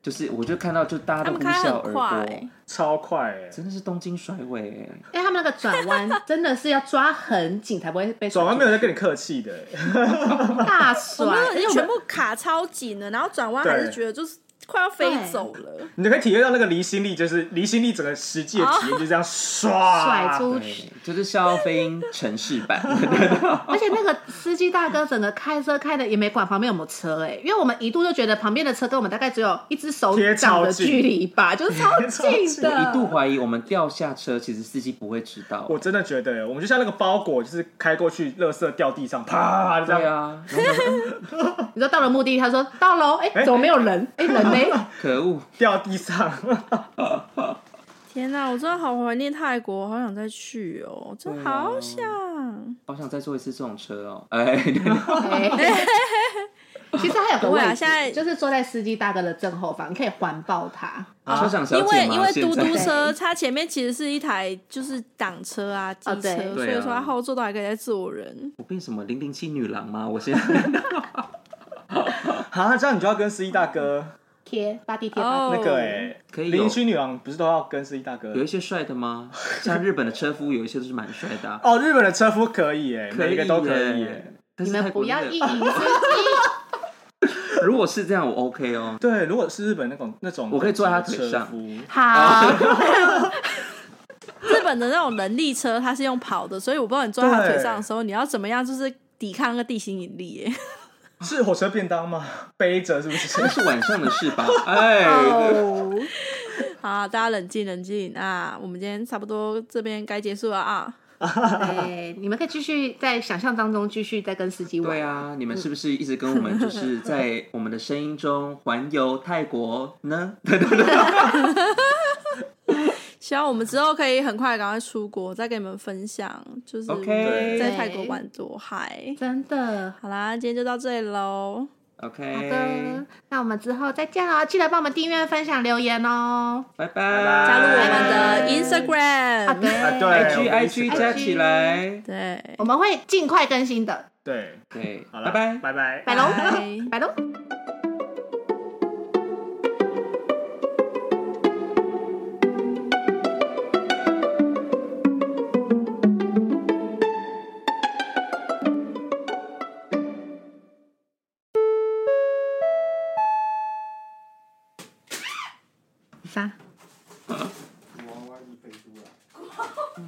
[SPEAKER 3] 就是我就看到就大家
[SPEAKER 1] 他
[SPEAKER 3] 都
[SPEAKER 1] 们
[SPEAKER 3] 呼
[SPEAKER 1] 开
[SPEAKER 3] 啸
[SPEAKER 1] 很
[SPEAKER 3] 而
[SPEAKER 1] 快
[SPEAKER 3] 过，，
[SPEAKER 2] 超快哎！
[SPEAKER 3] 真的是东京甩尾欸。
[SPEAKER 4] 因为他们那个转弯真的是要抓很紧才不会被甩
[SPEAKER 2] 转弯没有
[SPEAKER 4] 出
[SPEAKER 2] 在跟你客气的欸，
[SPEAKER 4] 去大
[SPEAKER 1] 我
[SPEAKER 4] 甩，
[SPEAKER 1] 们
[SPEAKER 4] 而且我
[SPEAKER 1] 全
[SPEAKER 4] 们
[SPEAKER 1] 部卡超紧了，然后转弯还是
[SPEAKER 2] 对
[SPEAKER 1] 觉得就是快要飞走了。
[SPEAKER 2] 你就可以体验到那个离心力，就是离心力整个实际的体验就这样
[SPEAKER 4] 甩
[SPEAKER 2] 唰
[SPEAKER 4] 出去。
[SPEAKER 3] 对，就是肖飞鹰城市版，
[SPEAKER 4] 而且那个司机大哥整个开车开的也没管旁边有没有车哎、因为我们一度就觉得旁边的车跟我们大概只有一只手
[SPEAKER 2] 贴
[SPEAKER 4] 掌
[SPEAKER 2] 超
[SPEAKER 4] 的
[SPEAKER 2] 近
[SPEAKER 4] 距离吧，就是超
[SPEAKER 2] 贴超
[SPEAKER 4] 近
[SPEAKER 2] 近
[SPEAKER 4] 的。
[SPEAKER 3] 一度怀疑我们掉下车，其实司机不会知道。
[SPEAKER 2] 我真的觉得欸，我们就像那个包裹，就是开过去，垃圾掉地上，啪这
[SPEAKER 3] 对
[SPEAKER 2] 样。
[SPEAKER 3] 啊，然后我就嗯
[SPEAKER 4] 你说到了目的地，他说到喽，哎、
[SPEAKER 2] 哎
[SPEAKER 4] 怎么没有人？哎、人 呢？
[SPEAKER 3] 可恶，
[SPEAKER 2] 掉地上，
[SPEAKER 1] 天哪，我真的好怀念泰国，好想再去哦，真的好想。
[SPEAKER 3] 好想再坐一次这种车哦。哎，
[SPEAKER 4] 哎其实还有个
[SPEAKER 1] 不会
[SPEAKER 4] 位
[SPEAKER 1] 啊
[SPEAKER 4] 置，
[SPEAKER 1] 现在
[SPEAKER 4] 就是坐在司机大哥的正后方，你可以环抱他。
[SPEAKER 3] 车长小
[SPEAKER 1] 因为
[SPEAKER 3] 姐嘛
[SPEAKER 1] 因为
[SPEAKER 3] 现
[SPEAKER 1] 嘟
[SPEAKER 3] 在
[SPEAKER 1] 嘟车
[SPEAKER 4] 对
[SPEAKER 1] 它前面其实是一台就是挡车啊机
[SPEAKER 4] 哦
[SPEAKER 1] 车，
[SPEAKER 4] 对
[SPEAKER 1] 所以
[SPEAKER 3] 对啊
[SPEAKER 1] 说它后座都还可以再坐人。
[SPEAKER 3] 我变什么零零七女郎吗？我现在
[SPEAKER 2] 啊，这样你就要跟司机大哥
[SPEAKER 4] 贴发地贴
[SPEAKER 1] 哦
[SPEAKER 4] 吧，
[SPEAKER 2] 那个哎，
[SPEAKER 3] 可以有
[SPEAKER 2] 邻居女郎不是都要跟司机大哥
[SPEAKER 3] 有？一些帅的吗？像日本的车夫有一些都是蛮帅的啊、
[SPEAKER 2] 哦，日本的车夫可以哎，
[SPEAKER 3] 可
[SPEAKER 2] 每
[SPEAKER 3] 以
[SPEAKER 2] 一个都可以
[SPEAKER 3] 耶
[SPEAKER 2] 哎。
[SPEAKER 3] 但
[SPEAKER 4] 你
[SPEAKER 3] 是
[SPEAKER 4] 们
[SPEAKER 3] 泰国
[SPEAKER 4] 不要
[SPEAKER 3] 那个
[SPEAKER 4] 意淫司 机。
[SPEAKER 3] 如果是这样，我 OK 哦。
[SPEAKER 2] 对，如果是日本那种那种，
[SPEAKER 3] 我可以坐在他腿
[SPEAKER 2] 车
[SPEAKER 3] 上
[SPEAKER 2] 夫，
[SPEAKER 4] 好，
[SPEAKER 1] 日本的那种人力车，它是用跑的，所以我不知道你坐在它腿上的时候，你要怎么样，就是抵抗那个地心引力 耶。
[SPEAKER 2] 是火车便当吗？ 背着是不是
[SPEAKER 3] 那？是晚上的事吧？哎，
[SPEAKER 4] 哦
[SPEAKER 1] 好啊，大家冷静冷静啊！我们今天差不多这边该结束了啊。
[SPEAKER 4] 对，你们可以继续在想象当中继续再跟司机玩。
[SPEAKER 3] 对啊，你们是不是一直跟我们就是在我们的声音中环游泰国呢？
[SPEAKER 1] 希望我们之后可以很快赶快出国，再跟你们分享，就是
[SPEAKER 3] OK
[SPEAKER 1] 在泰国玩多嗨。
[SPEAKER 4] 真的。
[SPEAKER 1] 好啦，今天就到这里喽，
[SPEAKER 4] 好
[SPEAKER 3] OK，
[SPEAKER 4] 的，那我们之后再见哦，记得帮我们订阅、分享、留言哦。
[SPEAKER 3] 拜拜，
[SPEAKER 1] 加入我们
[SPEAKER 2] 拜
[SPEAKER 1] 的 Instagram，、
[SPEAKER 4] 好 的，
[SPEAKER 2] 啊，对
[SPEAKER 3] IG
[SPEAKER 2] 我们一起
[SPEAKER 3] IG 加起来，
[SPEAKER 1] 对，
[SPEAKER 4] 我们会尽快更新的。
[SPEAKER 2] 对，
[SPEAKER 3] 对，
[SPEAKER 2] 好
[SPEAKER 3] 拜
[SPEAKER 2] 了，拜
[SPEAKER 3] 拜。
[SPEAKER 2] 拜。
[SPEAKER 4] 拜喽
[SPEAKER 1] 拜，
[SPEAKER 4] 拜喽。啥？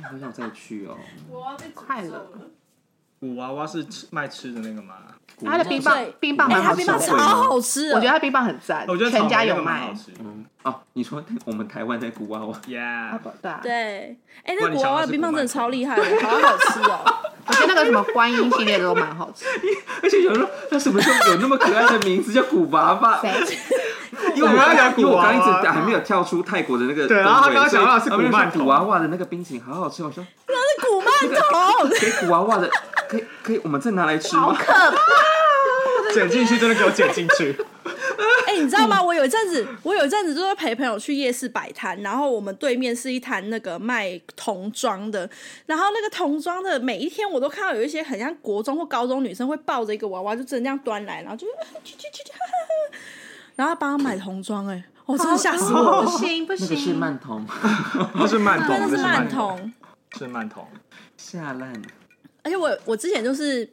[SPEAKER 3] 好想再去哦。
[SPEAKER 4] 快了。
[SPEAKER 2] 古娃娃是吃卖吃的那个吗？
[SPEAKER 4] 它的冰棒
[SPEAKER 1] 对
[SPEAKER 4] 冰棒
[SPEAKER 1] 哎、
[SPEAKER 4] 蛮
[SPEAKER 1] 它
[SPEAKER 4] 好
[SPEAKER 1] 冰
[SPEAKER 4] 吃
[SPEAKER 1] 棒
[SPEAKER 4] 的，
[SPEAKER 1] 超好吃哦的，
[SPEAKER 4] 我觉得它冰棒很赞，
[SPEAKER 2] 我觉得
[SPEAKER 4] 全家有
[SPEAKER 2] 蛮
[SPEAKER 4] 卖
[SPEAKER 2] 好。吃。
[SPEAKER 3] 嗯哦，你说我 们台湾在古娃娃，
[SPEAKER 4] 啊
[SPEAKER 2] Yeah，
[SPEAKER 4] 不对啊，
[SPEAKER 1] 对，哎、
[SPEAKER 2] 不
[SPEAKER 1] 那
[SPEAKER 2] 然你
[SPEAKER 1] 古娃
[SPEAKER 2] 想要
[SPEAKER 1] 娃
[SPEAKER 2] 吃
[SPEAKER 1] 冰棒
[SPEAKER 2] 古
[SPEAKER 1] 真的
[SPEAKER 2] 曼
[SPEAKER 1] 超厉害的，好好吃哦。
[SPEAKER 4] 我觉得那个什么观音系列的都蛮好吃。
[SPEAKER 3] 而且有时候他什么时候有那么可爱的名字叫古娃娃？
[SPEAKER 4] 谁？
[SPEAKER 3] 因为我刚因为我刚一
[SPEAKER 2] 古娃
[SPEAKER 3] 直
[SPEAKER 2] 娃
[SPEAKER 3] 还没有跳出泰国的那个氛围，
[SPEAKER 2] 对然后他刚刚
[SPEAKER 3] 所以
[SPEAKER 2] 想到的是古曼
[SPEAKER 3] 他们就说
[SPEAKER 2] 童
[SPEAKER 3] 古娃娃的那个冰淇淋好好吃，我说
[SPEAKER 1] 那 古曼童，
[SPEAKER 3] 给古娃娃的，可以可以，我们再拿来吃
[SPEAKER 4] 好
[SPEAKER 3] 吗？
[SPEAKER 4] 可 怕！
[SPEAKER 2] 剪进去真的给我剪进 去。
[SPEAKER 1] 哎、你知道吗？我有一阵子，我有一阵子就是陪朋友去夜市摆摊，然后我们对面是一摊那个卖童装的，然后那个童装的每一天我都看到有一些很像国中或高中女生会抱着一个娃娃，就真的这样端来，然后就去去去去，哈哈哈然后帮她买童装、哎，我、真的吓死我
[SPEAKER 4] 不
[SPEAKER 1] 了。
[SPEAKER 4] 行 不
[SPEAKER 3] 那个是
[SPEAKER 4] 行，
[SPEAKER 3] 曼童，
[SPEAKER 2] 那是慢
[SPEAKER 1] 哦对，那
[SPEAKER 2] 桶，
[SPEAKER 1] 是
[SPEAKER 2] 慢
[SPEAKER 1] 烂，童，
[SPEAKER 2] 是慢桶。
[SPEAKER 3] 下烂了。
[SPEAKER 1] 而且我我之前就是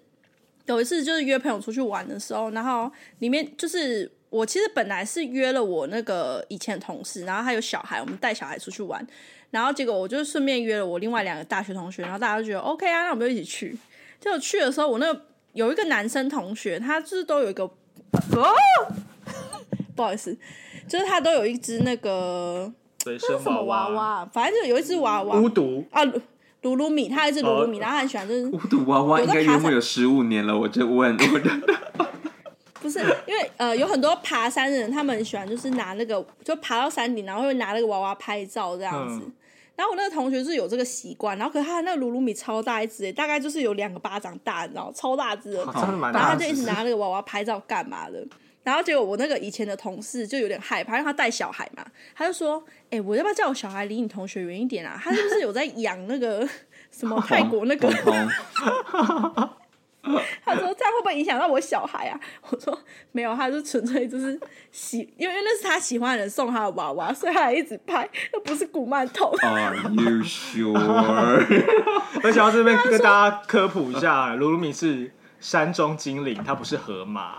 [SPEAKER 1] 有一次就是约朋友出去玩的时候，然后里面就是我其实本来是约了我那个以前同事，然后他有小孩，我们带小孩出去玩，然后结果我就顺便约了我另外两个大学同学，然后大家就觉得 OK 啊，那我们就一起去。结果去的时候，我那个有一个男生同学，他就是都有一个哦，不好意思，就是他都有一只那个
[SPEAKER 2] 随身
[SPEAKER 1] 什么
[SPEAKER 2] 娃
[SPEAKER 1] 娃，娃，反正就有一只娃娃
[SPEAKER 2] 巫毒
[SPEAKER 1] 啊，鲁鲁鲁米，他有一只鲁鲁米，然后他很喜欢就是
[SPEAKER 3] 孤独娃娃应该约莫有十五年了，我就问，我就
[SPEAKER 1] 不是因为呃，有很多爬山的人，他们很喜欢就是拿那个，就爬到山顶，然后会拿那个娃娃拍照这样子。
[SPEAKER 2] 嗯
[SPEAKER 1] 然后我那个同学是有这个习惯，然后可是他的那个鲁鲁米超大一只欸，大概就是有两个巴掌大，你知道，超大只的。
[SPEAKER 3] 哦
[SPEAKER 2] 好真的蛮
[SPEAKER 1] 然后
[SPEAKER 2] 大
[SPEAKER 1] 他
[SPEAKER 2] 的
[SPEAKER 1] 就一直拿那个娃娃拍照干嘛的。然后结果我那个以前的同事就有点害怕，因为他带小孩嘛，他就说：“哎、我要不要叫我小孩离你同学远一点啊？他是不是有在养那个 什么泰国 那
[SPEAKER 2] 哦
[SPEAKER 1] 个？”
[SPEAKER 3] 童童
[SPEAKER 1] 他说这样会不会影响到我小孩啊？ 我说没有，他就纯粹就是喜，因为因为那是他喜欢的人送他的娃娃，所以他还一直拍，那不是古曼童。
[SPEAKER 3] ，Are you sure？
[SPEAKER 2] 我想 要这边跟大家科普一下，鲁鲁米是山中精灵，它不是河马，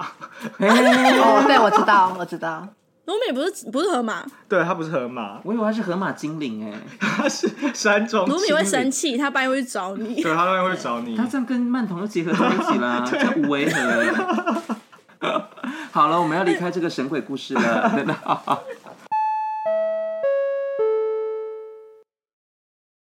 [SPEAKER 4] 哦，对，我知道，我知道。
[SPEAKER 1] 卢米不是不是河马，
[SPEAKER 2] 对，它不是河马，
[SPEAKER 3] 我以为他是河马精灵哎，
[SPEAKER 2] 它是山中精
[SPEAKER 1] 卢
[SPEAKER 2] 灵。
[SPEAKER 1] 米会生气，他半夜会去找你。
[SPEAKER 2] 对，它当然会找你
[SPEAKER 3] 他。这样跟曼童就结合在一起啦，这无违 和。好了，我们要离开这个神鬼故事了，真的。